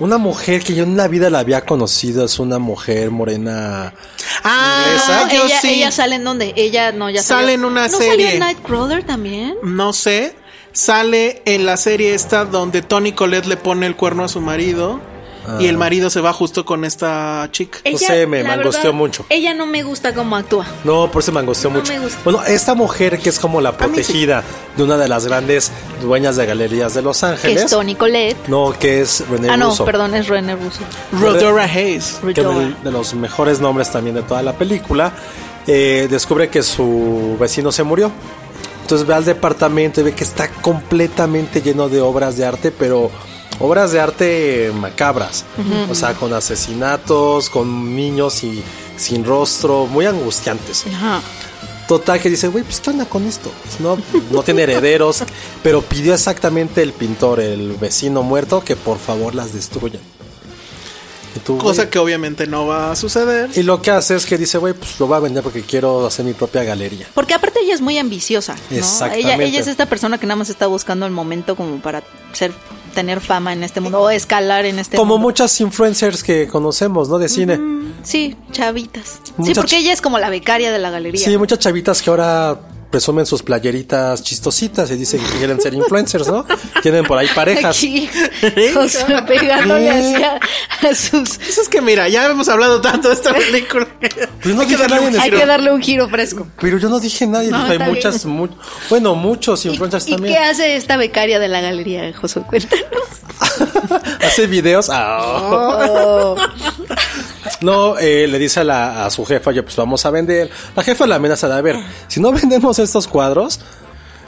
Speaker 3: una mujer que yo en la vida la había conocido es una mujer morena.
Speaker 5: Ah,
Speaker 4: Ah,
Speaker 5: yo
Speaker 4: ella,
Speaker 5: sí.
Speaker 4: ella sale en donde? Ella no, ya
Speaker 5: Sale
Speaker 4: salió.
Speaker 5: en una
Speaker 4: ¿No salió
Speaker 5: serie.
Speaker 4: en Nightcrawler también?
Speaker 5: No sé. Sale en la serie esta donde Tony Colette le pone el cuerno a su marido. y
Speaker 3: Ah.
Speaker 5: el marido se va justo con esta chica.
Speaker 4: Eh.
Speaker 3: sé, Pues me
Speaker 4: la
Speaker 3: mangosteó
Speaker 4: verdad,
Speaker 3: mucho.
Speaker 4: Ella no me gusta cómo actúa.
Speaker 3: No, por eso me angustió
Speaker 4: No
Speaker 3: mucho.
Speaker 4: me gusta.
Speaker 3: Bueno, esta mujer que es como la
Speaker 5: sí.
Speaker 3: protegida de una de las grandes dueñas de galerías de Los
Speaker 4: Que
Speaker 3: Ángeles.
Speaker 4: es Tony Colette.
Speaker 3: No, que es René
Speaker 4: Ah, no,
Speaker 3: Russo,
Speaker 4: perdón, es René Russo.
Speaker 5: Rodora Hayes.
Speaker 3: Que es
Speaker 4: Rudolph.
Speaker 3: de, de los mejores nombres también de toda la película. Eh, descubre que su vecino se murió. Entonces ve al departamento y ve que está completamente lleno de obras de arte, pero obras de arte macabras. O sea, con asesinatos, con niños y sin rostro, muy angustiantes.
Speaker 4: Ajá.
Speaker 3: Total, que dice, güey, pues ¿qué onda con esto? Pues, No, no tiene herederos, pero pidió exactamente el pintor, el vecino muerto, que por favor las destruyan. Y tú,
Speaker 5: Cosa
Speaker 3: güey,
Speaker 5: que obviamente no va a suceder.
Speaker 3: Y lo que hace es que dice, güey, pues lo voy a vender porque quiero hacer mi propia galería.
Speaker 4: Porque aparte ella es muy ambiciosa. ¿no?
Speaker 3: Exactamente.
Speaker 4: Ella, ella es esta persona que nada más está buscando el momento como para ser, tener fama en este mundo o escalar en este
Speaker 3: Como
Speaker 4: mundo.
Speaker 3: muchas influencers que conocemos, ¿no? De cine.
Speaker 4: Sí, chavitas. Sí,
Speaker 3: Muchas-
Speaker 4: porque ella es como la becaria de la galería.
Speaker 3: Sí, muchas chavitas que ahora presumen sus playeritas chistositas y dicen que quieren ser influencers,
Speaker 4: [laughs]
Speaker 3: ¿no? Tienen por ahí parejas.
Speaker 4: Aquí, o sea, pegándole así a, a sus...
Speaker 5: Pues es que mira, ya hemos hablado tanto
Speaker 4: [laughs]
Speaker 5: de esta película.
Speaker 3: Pues no
Speaker 5: Hay que
Speaker 3: dije
Speaker 5: darle
Speaker 3: nada
Speaker 5: un
Speaker 3: en el-
Speaker 4: Hay
Speaker 5: giro.
Speaker 4: que darle un giro fresco.
Speaker 3: Pero yo no dije nadie,
Speaker 4: No,
Speaker 3: dijo, hay
Speaker 4: está bien.
Speaker 3: muchas, mu- bueno, muchos
Speaker 4: ¿Y,
Speaker 3: influencers
Speaker 4: y
Speaker 3: también.
Speaker 4: qué hace esta becaria de la galería, Josué? [laughs] Cuéntanos.
Speaker 3: [laughs] Hace videos. Ah. No, eh, le dice a, la- a su jefa, yo pues vamos a vender. La jefa la amenaza de, a ver, si no vendemos estos cuadros,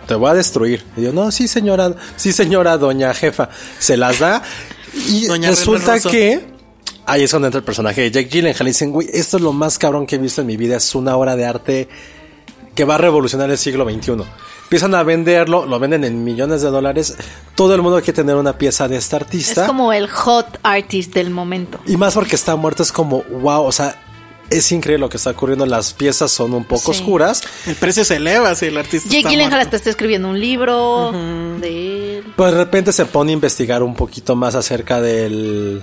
Speaker 3: te voy a destruir. Y yo, no, sí señora, sí señora, doña jefa. Se las da y
Speaker 5: Doña
Speaker 3: resulta
Speaker 5: Renner Rosso.
Speaker 3: que... Ahí es donde entra el personaje de Jack Gyllenhaal. Y dicen, güey, esto es lo más cabrón que he visto en mi vida. Es una obra de arte que va a revolucionar el siglo XXI. Empiezan a venderlo, lo venden en millones de dólares. Todo el mundo quiere tener una pieza de este
Speaker 4: Es
Speaker 3: artista.
Speaker 4: como el hot artist del momento.
Speaker 3: Y más porque está muerto, es como, wow, o sea, es increíble lo que está ocurriendo. Las piezas son un poco
Speaker 4: Sí.
Speaker 3: oscuras.
Speaker 5: El precio se eleva si el artista.
Speaker 4: Jake
Speaker 5: está
Speaker 4: Gyllenhaal
Speaker 5: muerto.
Speaker 4: hasta está escribiendo un libro de él.
Speaker 3: Pero de repente se pone a investigar un poquito más acerca del.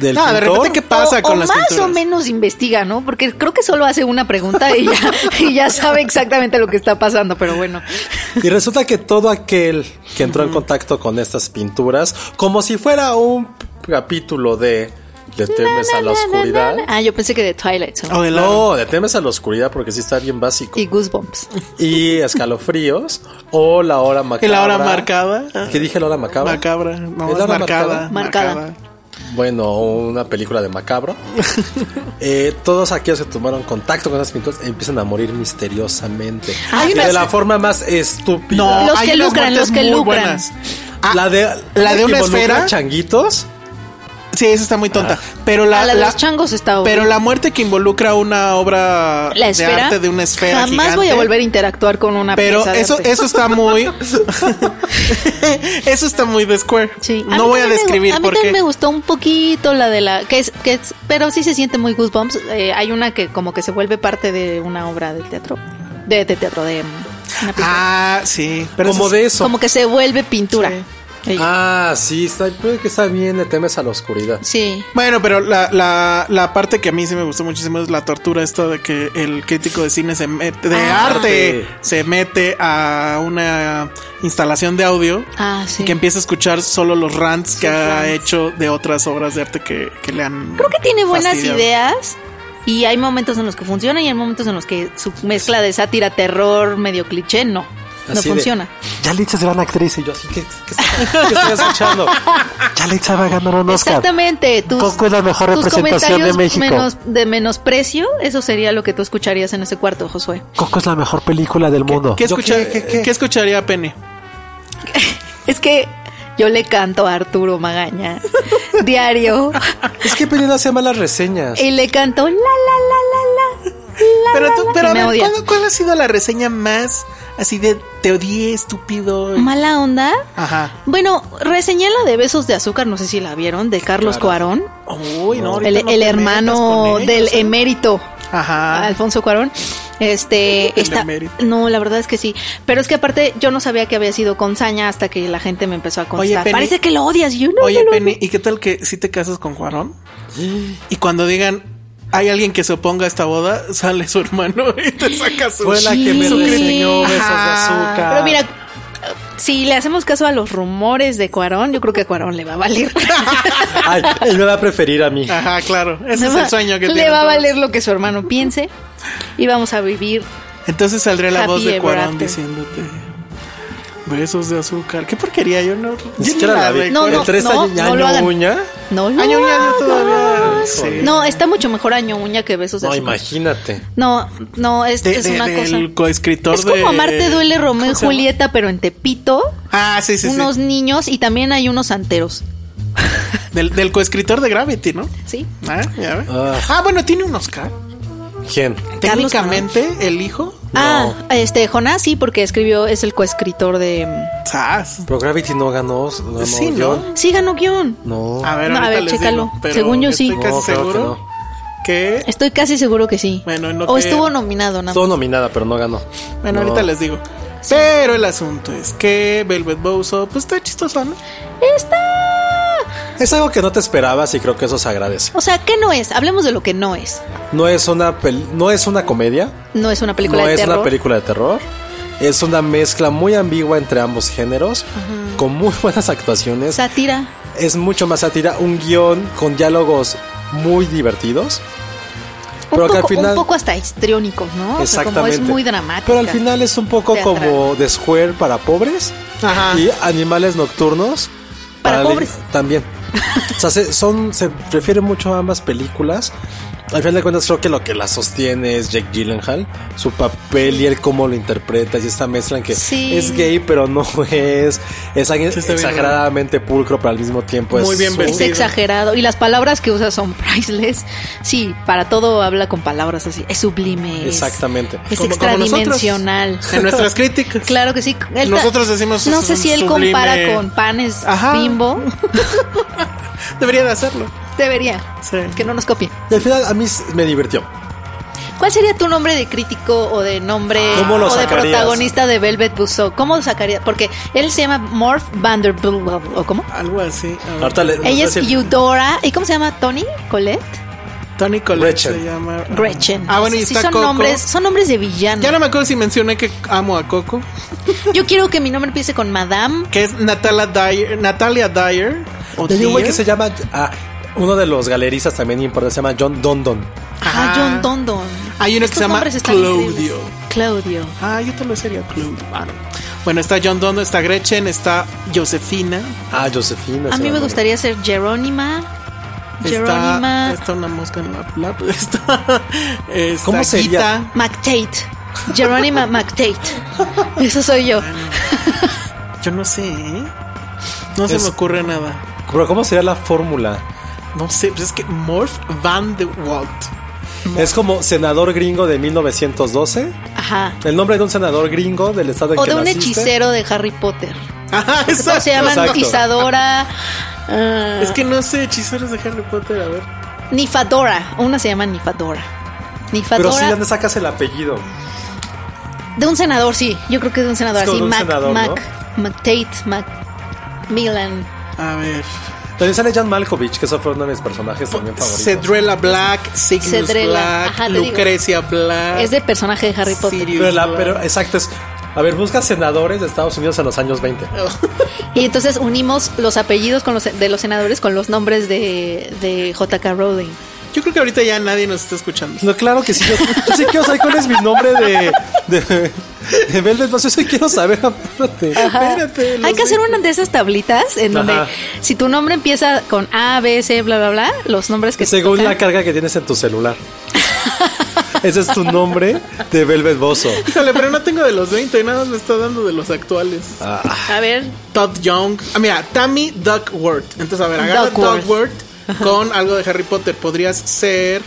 Speaker 3: del
Speaker 5: No, de
Speaker 3: pintor.
Speaker 5: repente, ¿qué pasa
Speaker 4: o,
Speaker 5: con
Speaker 4: o
Speaker 5: las
Speaker 4: más
Speaker 5: pinturas?
Speaker 4: o menos investiga, ¿no? Porque creo que solo hace una pregunta y ya, [laughs] y ya sabe exactamente lo que está pasando, pero bueno.
Speaker 3: Y resulta que todo aquel que entró en contacto con estas pinturas, como si fuera un capítulo de. Le temes a la oscuridad.
Speaker 4: Ah, yo pensé que de Twilight Zone.
Speaker 5: O de la-
Speaker 3: No, le temes a la oscuridad porque sí está bien
Speaker 5: Oh.
Speaker 3: básico.
Speaker 4: Y
Speaker 3: Y,
Speaker 4: Goosebumps.
Speaker 3: escalofríos. O la hora macabra.
Speaker 5: ¿Y la hora marcada?
Speaker 3: ¿Qué dije la hora macabra?
Speaker 5: Macabra. No,
Speaker 3: ¿Es
Speaker 5: es
Speaker 3: la hora
Speaker 5: marcada.
Speaker 3: marcada?
Speaker 4: Marcada.
Speaker 3: Bueno, una película de macabro. Eh, todos aquellos que tomaron contacto con esas pinturas e empiezan a morir misteriosamente.
Speaker 4: Hay
Speaker 3: Y
Speaker 4: una-
Speaker 3: de la forma más estúpida.
Speaker 5: No,
Speaker 4: Los
Speaker 5: hay
Speaker 4: que
Speaker 5: unas
Speaker 4: lucran,
Speaker 5: muertes
Speaker 4: los que
Speaker 5: muy
Speaker 4: lucran.
Speaker 5: buenas. Ah,
Speaker 3: la de,
Speaker 5: la de
Speaker 3: que
Speaker 5: una
Speaker 3: involucra
Speaker 5: esfera.
Speaker 3: changuitos.
Speaker 5: Sí, esa está muy tonta. Pero la,
Speaker 4: Ah, la de
Speaker 5: la-
Speaker 4: los changos está
Speaker 5: Pero
Speaker 4: horrible.
Speaker 5: la muerte que involucra una obra
Speaker 4: La esfera.
Speaker 5: de arte de una esfera.
Speaker 4: Jamás
Speaker 5: gigante,
Speaker 4: voy a volver a interactuar con una
Speaker 5: Pero
Speaker 4: pieza de
Speaker 5: eso,
Speaker 4: arte.
Speaker 5: eso está
Speaker 4: [laughs]
Speaker 5: muy. [laughs] eso está muy de Square.
Speaker 4: Sí. mí
Speaker 5: No voy a
Speaker 4: también me gu-
Speaker 5: describir
Speaker 4: A mí
Speaker 5: por
Speaker 4: también me
Speaker 5: qué.
Speaker 4: gustó un poquito la de la. Que es, que es- pero sí se siente muy Goosebumps. Eh, hay una que como que se vuelve parte de una obra de teatro. De, de teatro, de. um, una película.
Speaker 5: Ah, sí. Pero
Speaker 3: como
Speaker 5: eso
Speaker 3: de
Speaker 5: es-
Speaker 3: eso.
Speaker 4: como que se vuelve pintura. Sí.
Speaker 3: Ah, sí, está, puede que está bien. Le temes a la oscuridad.
Speaker 4: Sí.
Speaker 5: Bueno, pero la, la, la parte que a mí sí me gustó muchísimo es la tortura esta de que el crítico de cine se mete, de
Speaker 4: Ah.
Speaker 5: arte, se mete a una instalación de audio
Speaker 4: Ah,
Speaker 5: y
Speaker 4: sí.
Speaker 5: que empieza a escuchar solo los rants que
Speaker 4: Sus
Speaker 5: ha
Speaker 4: rants.
Speaker 5: hecho de otras obras de arte que, que le han...
Speaker 4: Creo que tiene buenas
Speaker 5: fastidiado.
Speaker 4: ideas. Y hay momentos en los que funciona y hay momentos en los que su mezcla de sátira, terror, medio cliché, no. No
Speaker 3: Así de,
Speaker 4: funciona.
Speaker 3: ya Litza es gran actriz. Y yo así que. ¿Qué, qué estoy escuchando?
Speaker 6: Ya le estaba ganando un Oscar.
Speaker 4: Exactamente. Tus,
Speaker 6: Coco es la mejor
Speaker 4: tus
Speaker 6: representación de
Speaker 4: comentarios
Speaker 6: México.
Speaker 4: menos- de menosprecio, eso sería lo que tú escucharías en ese cuarto, Josué.
Speaker 6: Coco es la mejor película del mundo.
Speaker 5: ¿Qué,
Speaker 3: Yo
Speaker 5: escucha-
Speaker 3: qué- eh, qué- qué-
Speaker 5: qué escucharía Penny?
Speaker 4: Es que yo le canto a Arturo [laughs] Magaña diario
Speaker 3: Es que Pelina hace malas reseñas.
Speaker 4: y le canto la la la la la. la,
Speaker 5: Pero
Speaker 4: la,
Speaker 5: tú,
Speaker 4: la,
Speaker 5: pero
Speaker 4: y
Speaker 5: a
Speaker 4: me
Speaker 5: ver,
Speaker 4: odia.
Speaker 5: ¿cuál, cuál ha sido la reseña más así de te odié, estúpido?
Speaker 4: Mala onda.
Speaker 5: Ajá.
Speaker 4: Bueno, reseñé la de Besos de Azúcar, no sé si la vieron, de Carlos Cuarón,
Speaker 5: Uy, no, ahorita
Speaker 4: el,
Speaker 5: no
Speaker 4: el
Speaker 5: te metas
Speaker 4: hermano
Speaker 5: con ellos,
Speaker 4: del
Speaker 5: ¿eh?
Speaker 4: emérito.
Speaker 5: Ajá.
Speaker 4: Alfonso Cuarón. Este
Speaker 5: Ah. El
Speaker 4: está-
Speaker 5: emérito.
Speaker 4: no, la verdad es que sí. Pero es que aparte yo no sabía que había sido con Saña hasta que la gente me empezó a
Speaker 5: Oye,
Speaker 4: contestar.
Speaker 5: Penny.
Speaker 4: Parece que lo odias, y yo no.
Speaker 5: Oye,
Speaker 4: no lo
Speaker 5: Penny, ¿y qué tal que si te casas con [gasps] Cuarón? Y cuando digan, hay alguien que se oponga a esta boda, sale su hermano [laughs] y te saca su...
Speaker 3: Fue la que me
Speaker 4: Sí.
Speaker 3: reseñó besos de
Speaker 5: Ajá.
Speaker 3: azúcar.
Speaker 4: Pero mira, si le hacemos caso a los rumores de Cuarón, yo creo que a Cuarón le va a valer.
Speaker 3: Ay, él me va a preferir a mí.
Speaker 5: Ajá, claro. [laughs] Ese
Speaker 4: Le
Speaker 5: es
Speaker 4: va-
Speaker 5: el sueño que
Speaker 4: Le
Speaker 5: tienen
Speaker 4: va a
Speaker 5: todos.
Speaker 4: valer lo que su hermano piense y vamos a vivir.
Speaker 5: Entonces saldría la
Speaker 4: Happy
Speaker 5: voz de
Speaker 4: ever
Speaker 5: Cuarón
Speaker 4: after.
Speaker 5: diciéndote besos de azúcar. ¿Qué porquería? Yo no.
Speaker 3: Ni
Speaker 5: yo
Speaker 3: siquiera
Speaker 5: ni
Speaker 3: la vi.
Speaker 4: No,
Speaker 5: recuerdo.
Speaker 4: no,
Speaker 3: Entre esa
Speaker 4: no,
Speaker 3: y
Speaker 4: no lo hagan.
Speaker 3: Ñañuña.
Speaker 4: No lo
Speaker 5: Ah, yo ya- yo todavía.
Speaker 4: hagas.
Speaker 5: sí.
Speaker 4: No, está mucho mejor Año Uña que Besos de
Speaker 3: No,
Speaker 4: Azúcar.
Speaker 3: imagínate.
Speaker 4: No, no, es,
Speaker 5: De-
Speaker 4: es
Speaker 5: de-
Speaker 4: una cosa.
Speaker 5: del coescritor
Speaker 4: Es como
Speaker 5: de-
Speaker 4: Amarte Duele Romeo y
Speaker 5: ¿cómo se llama?
Speaker 4: Julieta, pero en Tepito,
Speaker 5: Ah, sí, sí, sí.
Speaker 4: unos niños y también hay unos anteros.
Speaker 5: Del, del coescritor de Gravity, ¿no?
Speaker 4: ¿Sí?
Speaker 5: Ah, ya ve.
Speaker 3: Ah.
Speaker 5: Ah, bueno, tiene un Oscar.
Speaker 3: ¿Quién?
Speaker 4: Carlos
Speaker 5: Técnicamente, el hijo.
Speaker 4: Ah, este, Jonás sí, porque escribió, es el coescritor de.
Speaker 5: Sas.
Speaker 3: Pero Gravity no ganó. ganó
Speaker 5: Sí, ¿no?
Speaker 3: guión.
Speaker 4: Sí, ganó guión.
Speaker 3: Pues No. Ah,
Speaker 5: A ver,
Speaker 4: No, a
Speaker 5: ahorita
Speaker 4: ver,
Speaker 5: les
Speaker 4: chécalo.
Speaker 5: digo, pero
Speaker 4: Según yo, sí.
Speaker 5: Estoy casi
Speaker 3: No, claro que
Speaker 5: seguro
Speaker 3: no.
Speaker 5: que.
Speaker 4: Estoy casi seguro que sí.
Speaker 5: Bueno, en lo
Speaker 4: o
Speaker 5: que-
Speaker 4: estuvo nominado, nada
Speaker 3: Estuvo
Speaker 4: más.
Speaker 3: nominada, pero no ganó.
Speaker 5: Bueno,
Speaker 3: No.
Speaker 5: ahorita les digo. Pero el asunto es que Velvet Bozo, pues está chistoso, ¿no?
Speaker 3: Es algo que no te esperabas y creo que eso se agradece.
Speaker 4: O sea, ¿qué no es? Hablemos de lo que no es.
Speaker 3: No es una, pel- no es una comedia.
Speaker 4: No es una película
Speaker 3: no
Speaker 4: de
Speaker 3: es
Speaker 4: terror.
Speaker 3: una película de terror. Es una mezcla muy ambigua entre ambos géneros, con muy [laughs] buenas actuaciones.
Speaker 4: Sátira.
Speaker 3: es mucho más sátira, un guión con diálogos muy divertidos.
Speaker 4: Un,
Speaker 3: Pero que
Speaker 4: poco,
Speaker 3: al final-
Speaker 4: un poco hasta histriónico, ¿no? O sea, como
Speaker 3: Exactamente.
Speaker 4: es muy dramático.
Speaker 3: Pero al final es un poco
Speaker 4: Teatral.
Speaker 3: como The Square para pobres
Speaker 5: Ajá.
Speaker 3: y Animales Nocturnos
Speaker 4: Para
Speaker 3: li-
Speaker 4: pobres.
Speaker 3: También. o sea, se, son, se refiere mucho a ambas películas. Al final de cuentas creo que lo que la sostiene es Jake Gyllenhaal, su papel y él cómo lo interpreta y esta mezcla en que
Speaker 4: Sí.
Speaker 3: es gay pero no [laughs] es, es alguien
Speaker 5: Sí, está bien
Speaker 3: exageradamente pulcro pero al mismo tiempo es
Speaker 5: Muy bien
Speaker 3: su-
Speaker 4: Es
Speaker 5: Sí.
Speaker 4: exagerado. Y las palabras que usa son priceless. Sí, para todo habla con palabras así. Es sublime. es-
Speaker 3: Exactamente.
Speaker 4: Es,
Speaker 5: Como- como nosotros. [laughs]
Speaker 4: extradimensional.
Speaker 5: En nuestras críticas.
Speaker 4: [laughs] Claro que sí. Él ta-
Speaker 5: Nosotros decimos,
Speaker 4: No
Speaker 5: es
Speaker 4: sé
Speaker 5: un
Speaker 4: si él
Speaker 5: sublime.
Speaker 4: compara con panes
Speaker 5: Ajá. [laughs]
Speaker 4: bimbo.
Speaker 5: Debería de hacerlo.
Speaker 4: Debería.
Speaker 5: Sí.
Speaker 4: Que no nos copien.
Speaker 3: Y al final a mí s- me divirtió.
Speaker 4: ¿Cuál sería tu nombre de crítico o de nombre
Speaker 5: Ah.
Speaker 3: ¿Cómo lo
Speaker 4: o de
Speaker 3: sacarías?
Speaker 4: protagonista de Velvet Buzzsaw? ¿Cómo lo sacaría? Porque él se llama Morph Vanderbilt o cómo?
Speaker 5: Algo así. A ver.
Speaker 3: Ahorita le- no
Speaker 4: Ella
Speaker 3: sé
Speaker 4: es
Speaker 3: si-
Speaker 4: Eudora. ¿Y cómo se llama? Tony Colette,
Speaker 5: Tony Collette
Speaker 3: Gretchen.
Speaker 5: se llama.
Speaker 4: Gretchen.
Speaker 5: Ah, bueno, y
Speaker 4: Sí,
Speaker 5: está
Speaker 4: son
Speaker 5: Coco.
Speaker 4: nombres, son nombres de villano.
Speaker 5: Ya no me acuerdo si mencioné que amo a Coco,
Speaker 4: Yo quiero que mi nombre empiece con Madame.
Speaker 5: que es Natalia Dyer. Natalia Dyer. O
Speaker 3: Hay un güey
Speaker 5: Dyer.
Speaker 3: que se llama. ah, uno de los galeristas también importante se llama John Dondon.
Speaker 4: Ah,
Speaker 5: Ajá.
Speaker 4: John Dondon.
Speaker 5: Hay uno que
Speaker 4: Estos
Speaker 5: se llama
Speaker 4: nombres están
Speaker 5: Claudio.
Speaker 4: increíbles. Claudio.
Speaker 5: Ah, yo te lo sería Claudio. Ah, no. Bueno, está John Dondo, está Gretchen, está Josefina.
Speaker 3: Ah, Josefina.
Speaker 4: A
Speaker 3: se
Speaker 4: mí me
Speaker 3: llama.
Speaker 4: gustaría ser Jerónima.
Speaker 5: Está,
Speaker 4: Jerónima.
Speaker 5: está una mosca en la plata. Está, está
Speaker 3: ¿Cómo sería?
Speaker 5: Gita.
Speaker 4: McTate.
Speaker 3: [laughs]
Speaker 4: Jerónima McTate. Eso soy yo.
Speaker 5: Yo no sé. ¿eh? No se
Speaker 3: Es-
Speaker 5: me ocurre nada.
Speaker 3: Pero ¿cómo sería la fórmula?
Speaker 5: No sé, pues es que Morph Van de Walt. [laughs]
Speaker 3: Es como senador gringo de 1912.
Speaker 4: Ajá.
Speaker 3: El nombre de un senador gringo del estado en
Speaker 4: O
Speaker 3: que
Speaker 4: de un
Speaker 3: naciste.
Speaker 4: hechicero de Harry Potter.
Speaker 5: Ajá,
Speaker 4: ¿Cómo se llaman?
Speaker 3: Exacto.
Speaker 4: Isadora. ah,
Speaker 5: Es que no sé, hechiceros de Harry Potter, a ver.
Speaker 4: Nifadora. Una se llama Nifadora.
Speaker 3: Pero sí, ¿de
Speaker 4: Nifadora.
Speaker 3: ¿dónde sacas el apellido?
Speaker 4: de un senador, sí. Yo creo que de un senador.
Speaker 3: Es como de
Speaker 4: así.
Speaker 3: un
Speaker 4: Mac,
Speaker 3: senador,
Speaker 4: Mac, McTate, Mac, Milan.
Speaker 5: A ver.
Speaker 3: También sale Jan Malkovich, que eso fue uno de mis personajes también favoritos.
Speaker 5: Cedrella Black, Cygnus
Speaker 4: Cedrella,
Speaker 5: Black,
Speaker 4: ajá, te digo.
Speaker 5: Lucrecia
Speaker 3: Ah,
Speaker 5: Black.
Speaker 4: Es de personaje de Harry Potter.
Speaker 5: Sirius
Speaker 3: Pero, la-
Speaker 5: Black.
Speaker 3: pero exacto, es. A ver, busca senadores de Estados Unidos en los años 20.
Speaker 4: Y entonces unimos los apellidos con los, de los senadores con los nombres de, de JK Rowling.
Speaker 5: Yo creo que ahorita ya nadie nos está escuchando.
Speaker 3: No, claro que sí. Yo, yo sí quiero saber cuál es mi nombre de. de, de Velvet. No sé si quiero saber. Apúrate.
Speaker 5: Espérate, los
Speaker 4: Hay que hacer
Speaker 5: de-
Speaker 4: una de esas tablitas en donde
Speaker 3: Eh, Ajá.
Speaker 4: si tu nombre empieza con A, B, C, bla, bla, bla, los nombres que te
Speaker 3: Según
Speaker 4: tocan.
Speaker 3: la carga que tienes en tu celular. Ese es tu nombre de Velvet Bozo.
Speaker 5: Híjole, pero no tengo de los 20, nada más me está dando de los actuales.
Speaker 4: A ver,
Speaker 5: Todd Young. Ah, mira, Tammy Duckworth. Entonces, a ver, agarra
Speaker 4: Duckworth.
Speaker 5: Duckworth,
Speaker 3: [laughs]
Speaker 5: con algo de Harry Potter. Podrías ser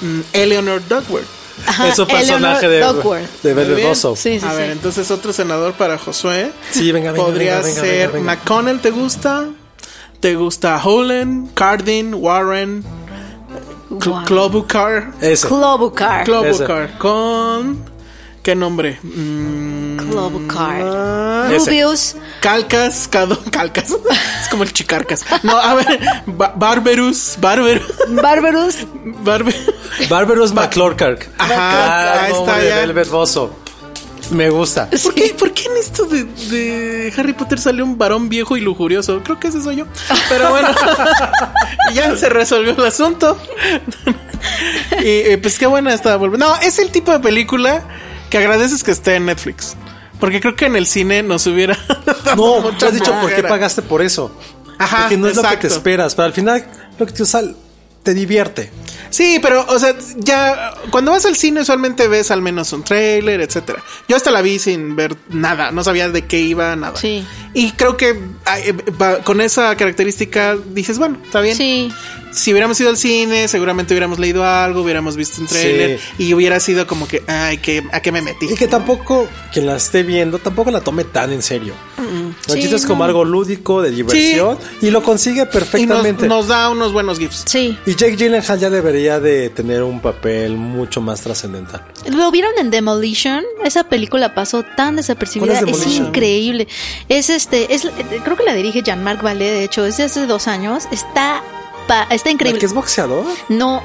Speaker 5: mm, Eleanor Duckworth.
Speaker 4: Ajá,
Speaker 3: es un personaje de,
Speaker 4: Eleanor Duckworth.
Speaker 3: de
Speaker 5: Ah, Muy
Speaker 3: Velvet
Speaker 5: bien.
Speaker 3: Bozo.
Speaker 4: Sí, sí,
Speaker 5: a
Speaker 4: sí.
Speaker 5: ver, entonces otro senador para Josué.
Speaker 3: Sí, venga, venga,
Speaker 5: Podría
Speaker 3: venga, venga, venga,
Speaker 5: ser
Speaker 3: venga.
Speaker 5: McConnell, ¿te gusta? ¿Te gusta Holland, Cardin, Warren, Cl-
Speaker 4: Wow.
Speaker 5: Klobuchar?
Speaker 3: Ese.
Speaker 4: Clobucar.
Speaker 5: Klobuchar con... ¿Qué nombre? Mm,
Speaker 4: Clobucar.
Speaker 5: ah,
Speaker 3: Ese.
Speaker 4: Rubius.
Speaker 5: Calcas, Cado, [laughs] Calcas. Es como el Chicarcas. No, a ver, Ba- Barberus, Barberus,
Speaker 4: Barbarus.
Speaker 5: Barber.
Speaker 3: [laughs] Barbarous McClurkark.
Speaker 5: Ajá, ahí está,
Speaker 3: nombre de
Speaker 5: ya.
Speaker 3: Velvet Bozo. Me gusta.
Speaker 5: ¿Por qué, ¿Por qué en esto de, de Harry Potter sale un varón viejo y lujurioso? Creo que ese soy yo. Pero
Speaker 3: [laughs]
Speaker 5: bueno, [laughs] ya se resolvió el asunto. [laughs] y eh, pues qué buena está volver. No, es el tipo de película que agradeces que esté en Netflix. Porque creo que en el cine nos hubiera. [laughs] dado
Speaker 3: No, te
Speaker 5: mucha
Speaker 3: has dicho por qué
Speaker 5: flojera.
Speaker 3: pagaste por eso.
Speaker 5: Ajá,
Speaker 3: Porque no es lo que te
Speaker 5: exacto.
Speaker 3: esperas, pero al final lo que te sal te divierte.
Speaker 5: Sí, pero, o sea, ya cuando vas al cine usualmente ves al menos un tráiler, etcétera. Yo hasta la vi sin ver nada, no sabía de qué iba, nada.
Speaker 4: Sí.
Speaker 5: Y creo que ay, eh, va- con esa característica dices, bueno, está bien.
Speaker 4: Sí.
Speaker 5: Si hubiéramos ido al cine, seguramente hubiéramos leído algo, hubiéramos visto un tráiler
Speaker 3: Sí.
Speaker 5: y hubiera sido como que, ay, ¿qué, ¿a qué me metí?
Speaker 3: Y que tampoco quien la esté viendo tampoco la tome tan en serio. Lo
Speaker 5: Mm.
Speaker 4: Sí,
Speaker 3: chiste es como
Speaker 4: no.
Speaker 3: algo lúdico, de diversión, y lo consigue
Speaker 5: Y nos,
Speaker 3: perfectamente. Y,
Speaker 5: nos da unos buenos gifs.
Speaker 4: Sí.
Speaker 3: Jake Gyllenhaal ya debería de tener un papel mucho más trascendental.
Speaker 4: ¿Lo vieron en Demolition? Esa película pasó tan desapercibida.
Speaker 3: ¿Cuál es
Speaker 4: Es,
Speaker 3: Demolition?
Speaker 4: increíble. Es este, es, creo que la dirige Jean-Marc Vallée, de hecho, es de hace dos años. Está, pa- está
Speaker 3: ¿El
Speaker 4: increíble.
Speaker 3: que es boxeador?
Speaker 4: No,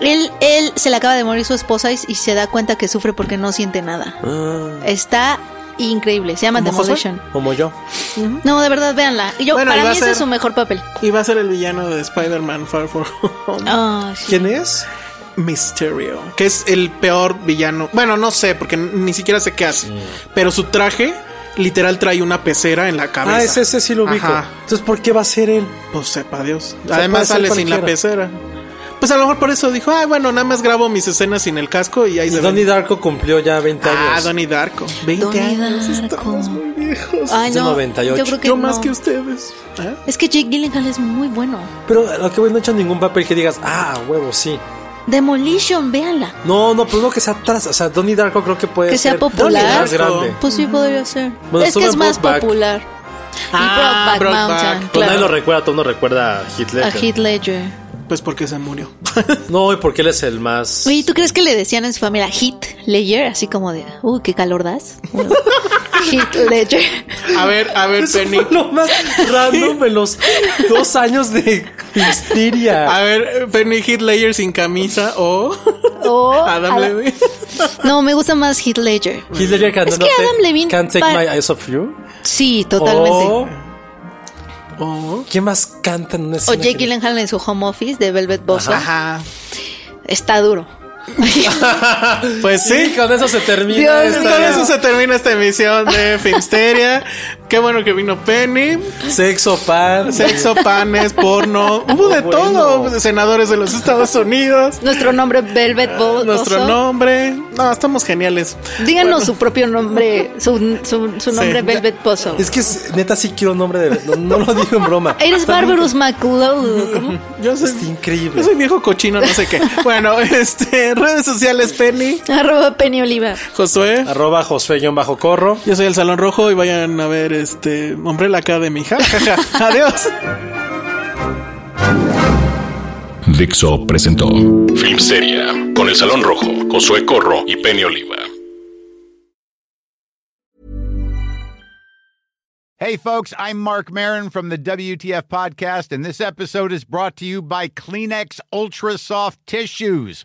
Speaker 4: él, él se le acaba de morir su esposa y, y se da cuenta que sufre porque no siente nada. Está increíble. Se llama
Speaker 5: ¿Como Josué?
Speaker 4: Demolition.
Speaker 3: Ah. Como yo.
Speaker 4: No, de verdad, véanla. Y Yo,
Speaker 5: Bueno, y
Speaker 4: para
Speaker 5: va
Speaker 4: mí
Speaker 5: a
Speaker 4: ese
Speaker 5: ser-
Speaker 4: es su mejor papel.
Speaker 5: Y va a ser el villano de Spider-Man Far From Home.
Speaker 4: Ah, sí.
Speaker 3: ¿Quién es?
Speaker 5: Mysterio, que es el peor villano. Bueno, no sé, porque n- ni siquiera sé qué hace. Pero su traje, literal, trae una pecera en la cabeza.
Speaker 3: Ah, es ese sí lo ubico.
Speaker 5: Ajá.
Speaker 3: Entonces, ¿por qué va a ser él?
Speaker 5: Pues sepa Dios.
Speaker 3: sea, puede
Speaker 5: Además
Speaker 3: ser
Speaker 5: sale sin la
Speaker 3: cualquiera.
Speaker 5: pecera. Pues a lo mejor por eso dijo, ah, bueno, nada más grabo mis escenas sin el casco y ahí
Speaker 3: Y
Speaker 5: se
Speaker 3: Donnie
Speaker 5: ven".
Speaker 3: Darko cumplió ya 20
Speaker 5: Ah,
Speaker 3: años.
Speaker 5: Donnie Darko. 20
Speaker 4: Donnie
Speaker 5: años.
Speaker 4: Darko.
Speaker 5: Estamos muy viejos.
Speaker 4: Ay,
Speaker 3: Es de
Speaker 4: no.
Speaker 3: 98.
Speaker 4: Yo creo que
Speaker 5: Yo
Speaker 4: no.
Speaker 5: más que ustedes. ¿Eh?
Speaker 4: Es que Jake Gyllenhaal es muy bueno.
Speaker 3: Pero lo que voy no he hecho ningún papel que digas, ah, huevo, sí.
Speaker 4: Demolition, véanla.
Speaker 3: No, pues no, pero no que sea atrás. O sea, Donnie Darko creo que puede
Speaker 4: Que sea
Speaker 3: ser
Speaker 4: popular.
Speaker 3: más grande.
Speaker 4: Pues sí, podría ser.
Speaker 3: Bueno,
Speaker 4: es que
Speaker 3: sube
Speaker 4: es más
Speaker 3: Brokeback.
Speaker 4: popular.
Speaker 5: Ah,
Speaker 4: y Brokeback
Speaker 5: Brokeback.
Speaker 4: Mountain.
Speaker 5: Pues
Speaker 7: Pues nadie lo
Speaker 4: Claro.
Speaker 7: recuerda, todo uno recuerda a Hitler.
Speaker 4: A Heath Ledger.
Speaker 5: Pues porque se murió.
Speaker 7: No, y porque él es el más.
Speaker 3: [laughs]
Speaker 4: Oye, ¿tú crees que le decían en su familia Heath Ledger? Así como de, uy, qué calor das. [laughs] Heath Ledger.
Speaker 5: A ver,
Speaker 3: [laughs]
Speaker 5: a ver, Penny.
Speaker 3: Lo más random en los dos años de histeria.
Speaker 4: Ah,
Speaker 5: A ver, Penny Hitler sin camisa o
Speaker 4: O
Speaker 5: Adam
Speaker 4: Ada-
Speaker 5: [laughs] Levine.
Speaker 4: No, me gusta más Heath Ledger.
Speaker 3: Hitler cantando
Speaker 4: que Adam
Speaker 3: te-
Speaker 4: Levine
Speaker 3: Can't take
Speaker 4: pa-
Speaker 3: my eyes off you.
Speaker 4: Sí, totalmente.
Speaker 5: Oh.
Speaker 3: O,
Speaker 5: O-
Speaker 3: ¿Quién más canta en una
Speaker 4: O
Speaker 3: escena
Speaker 4: Jake
Speaker 3: que-
Speaker 4: Gyllenhaal en su home office de Velvet Buzzsaw.
Speaker 5: Ajá.
Speaker 4: Está duro. [laughs]
Speaker 5: Pues sí.
Speaker 3: Sí, con eso se termina
Speaker 4: Dios
Speaker 3: esta-
Speaker 5: Con eso se termina esta emisión de Finsteria. Qué bueno que vino Penny.
Speaker 3: Sexo, pan.
Speaker 5: Sexo, panes, porno. Hubo de
Speaker 3: Bueno.
Speaker 5: todo. Senadores de los Estados Unidos.
Speaker 4: Nuestro nombre Velvet Buzzsaw.
Speaker 5: Ah, Nuestro nombre. No, estamos geniales.
Speaker 4: Díganos su propio nombre, su, su- su nombre
Speaker 5: Sí.
Speaker 4: Velvet Buzzsaw.
Speaker 3: Es que es- neta sí quiero nombre de... No, no lo digo en broma.
Speaker 4: Eres Barbarous McLeod. ¿Cómo? [laughs]
Speaker 5: Yo soy,
Speaker 3: Es increíble.
Speaker 5: yo soy viejo cochino, no sé qué. Bueno, este, redes sociales, Penny,
Speaker 4: Arroba Penny Oliva.
Speaker 5: Josué.
Speaker 3: Arroba Josué-Corro.
Speaker 5: Yo soy el Salón Rojo y vayan a ver este hombre la cara de mi hija. Adiós.
Speaker 2: Dixo presentó Filmsteria con el Salón Rojo, Josué Corro y Penny Oliva.
Speaker 8: Hey, folks, I'm Mark Marin from the WTF Podcast, and this episode is brought to you by Kleenex Ultra Soft Tissues,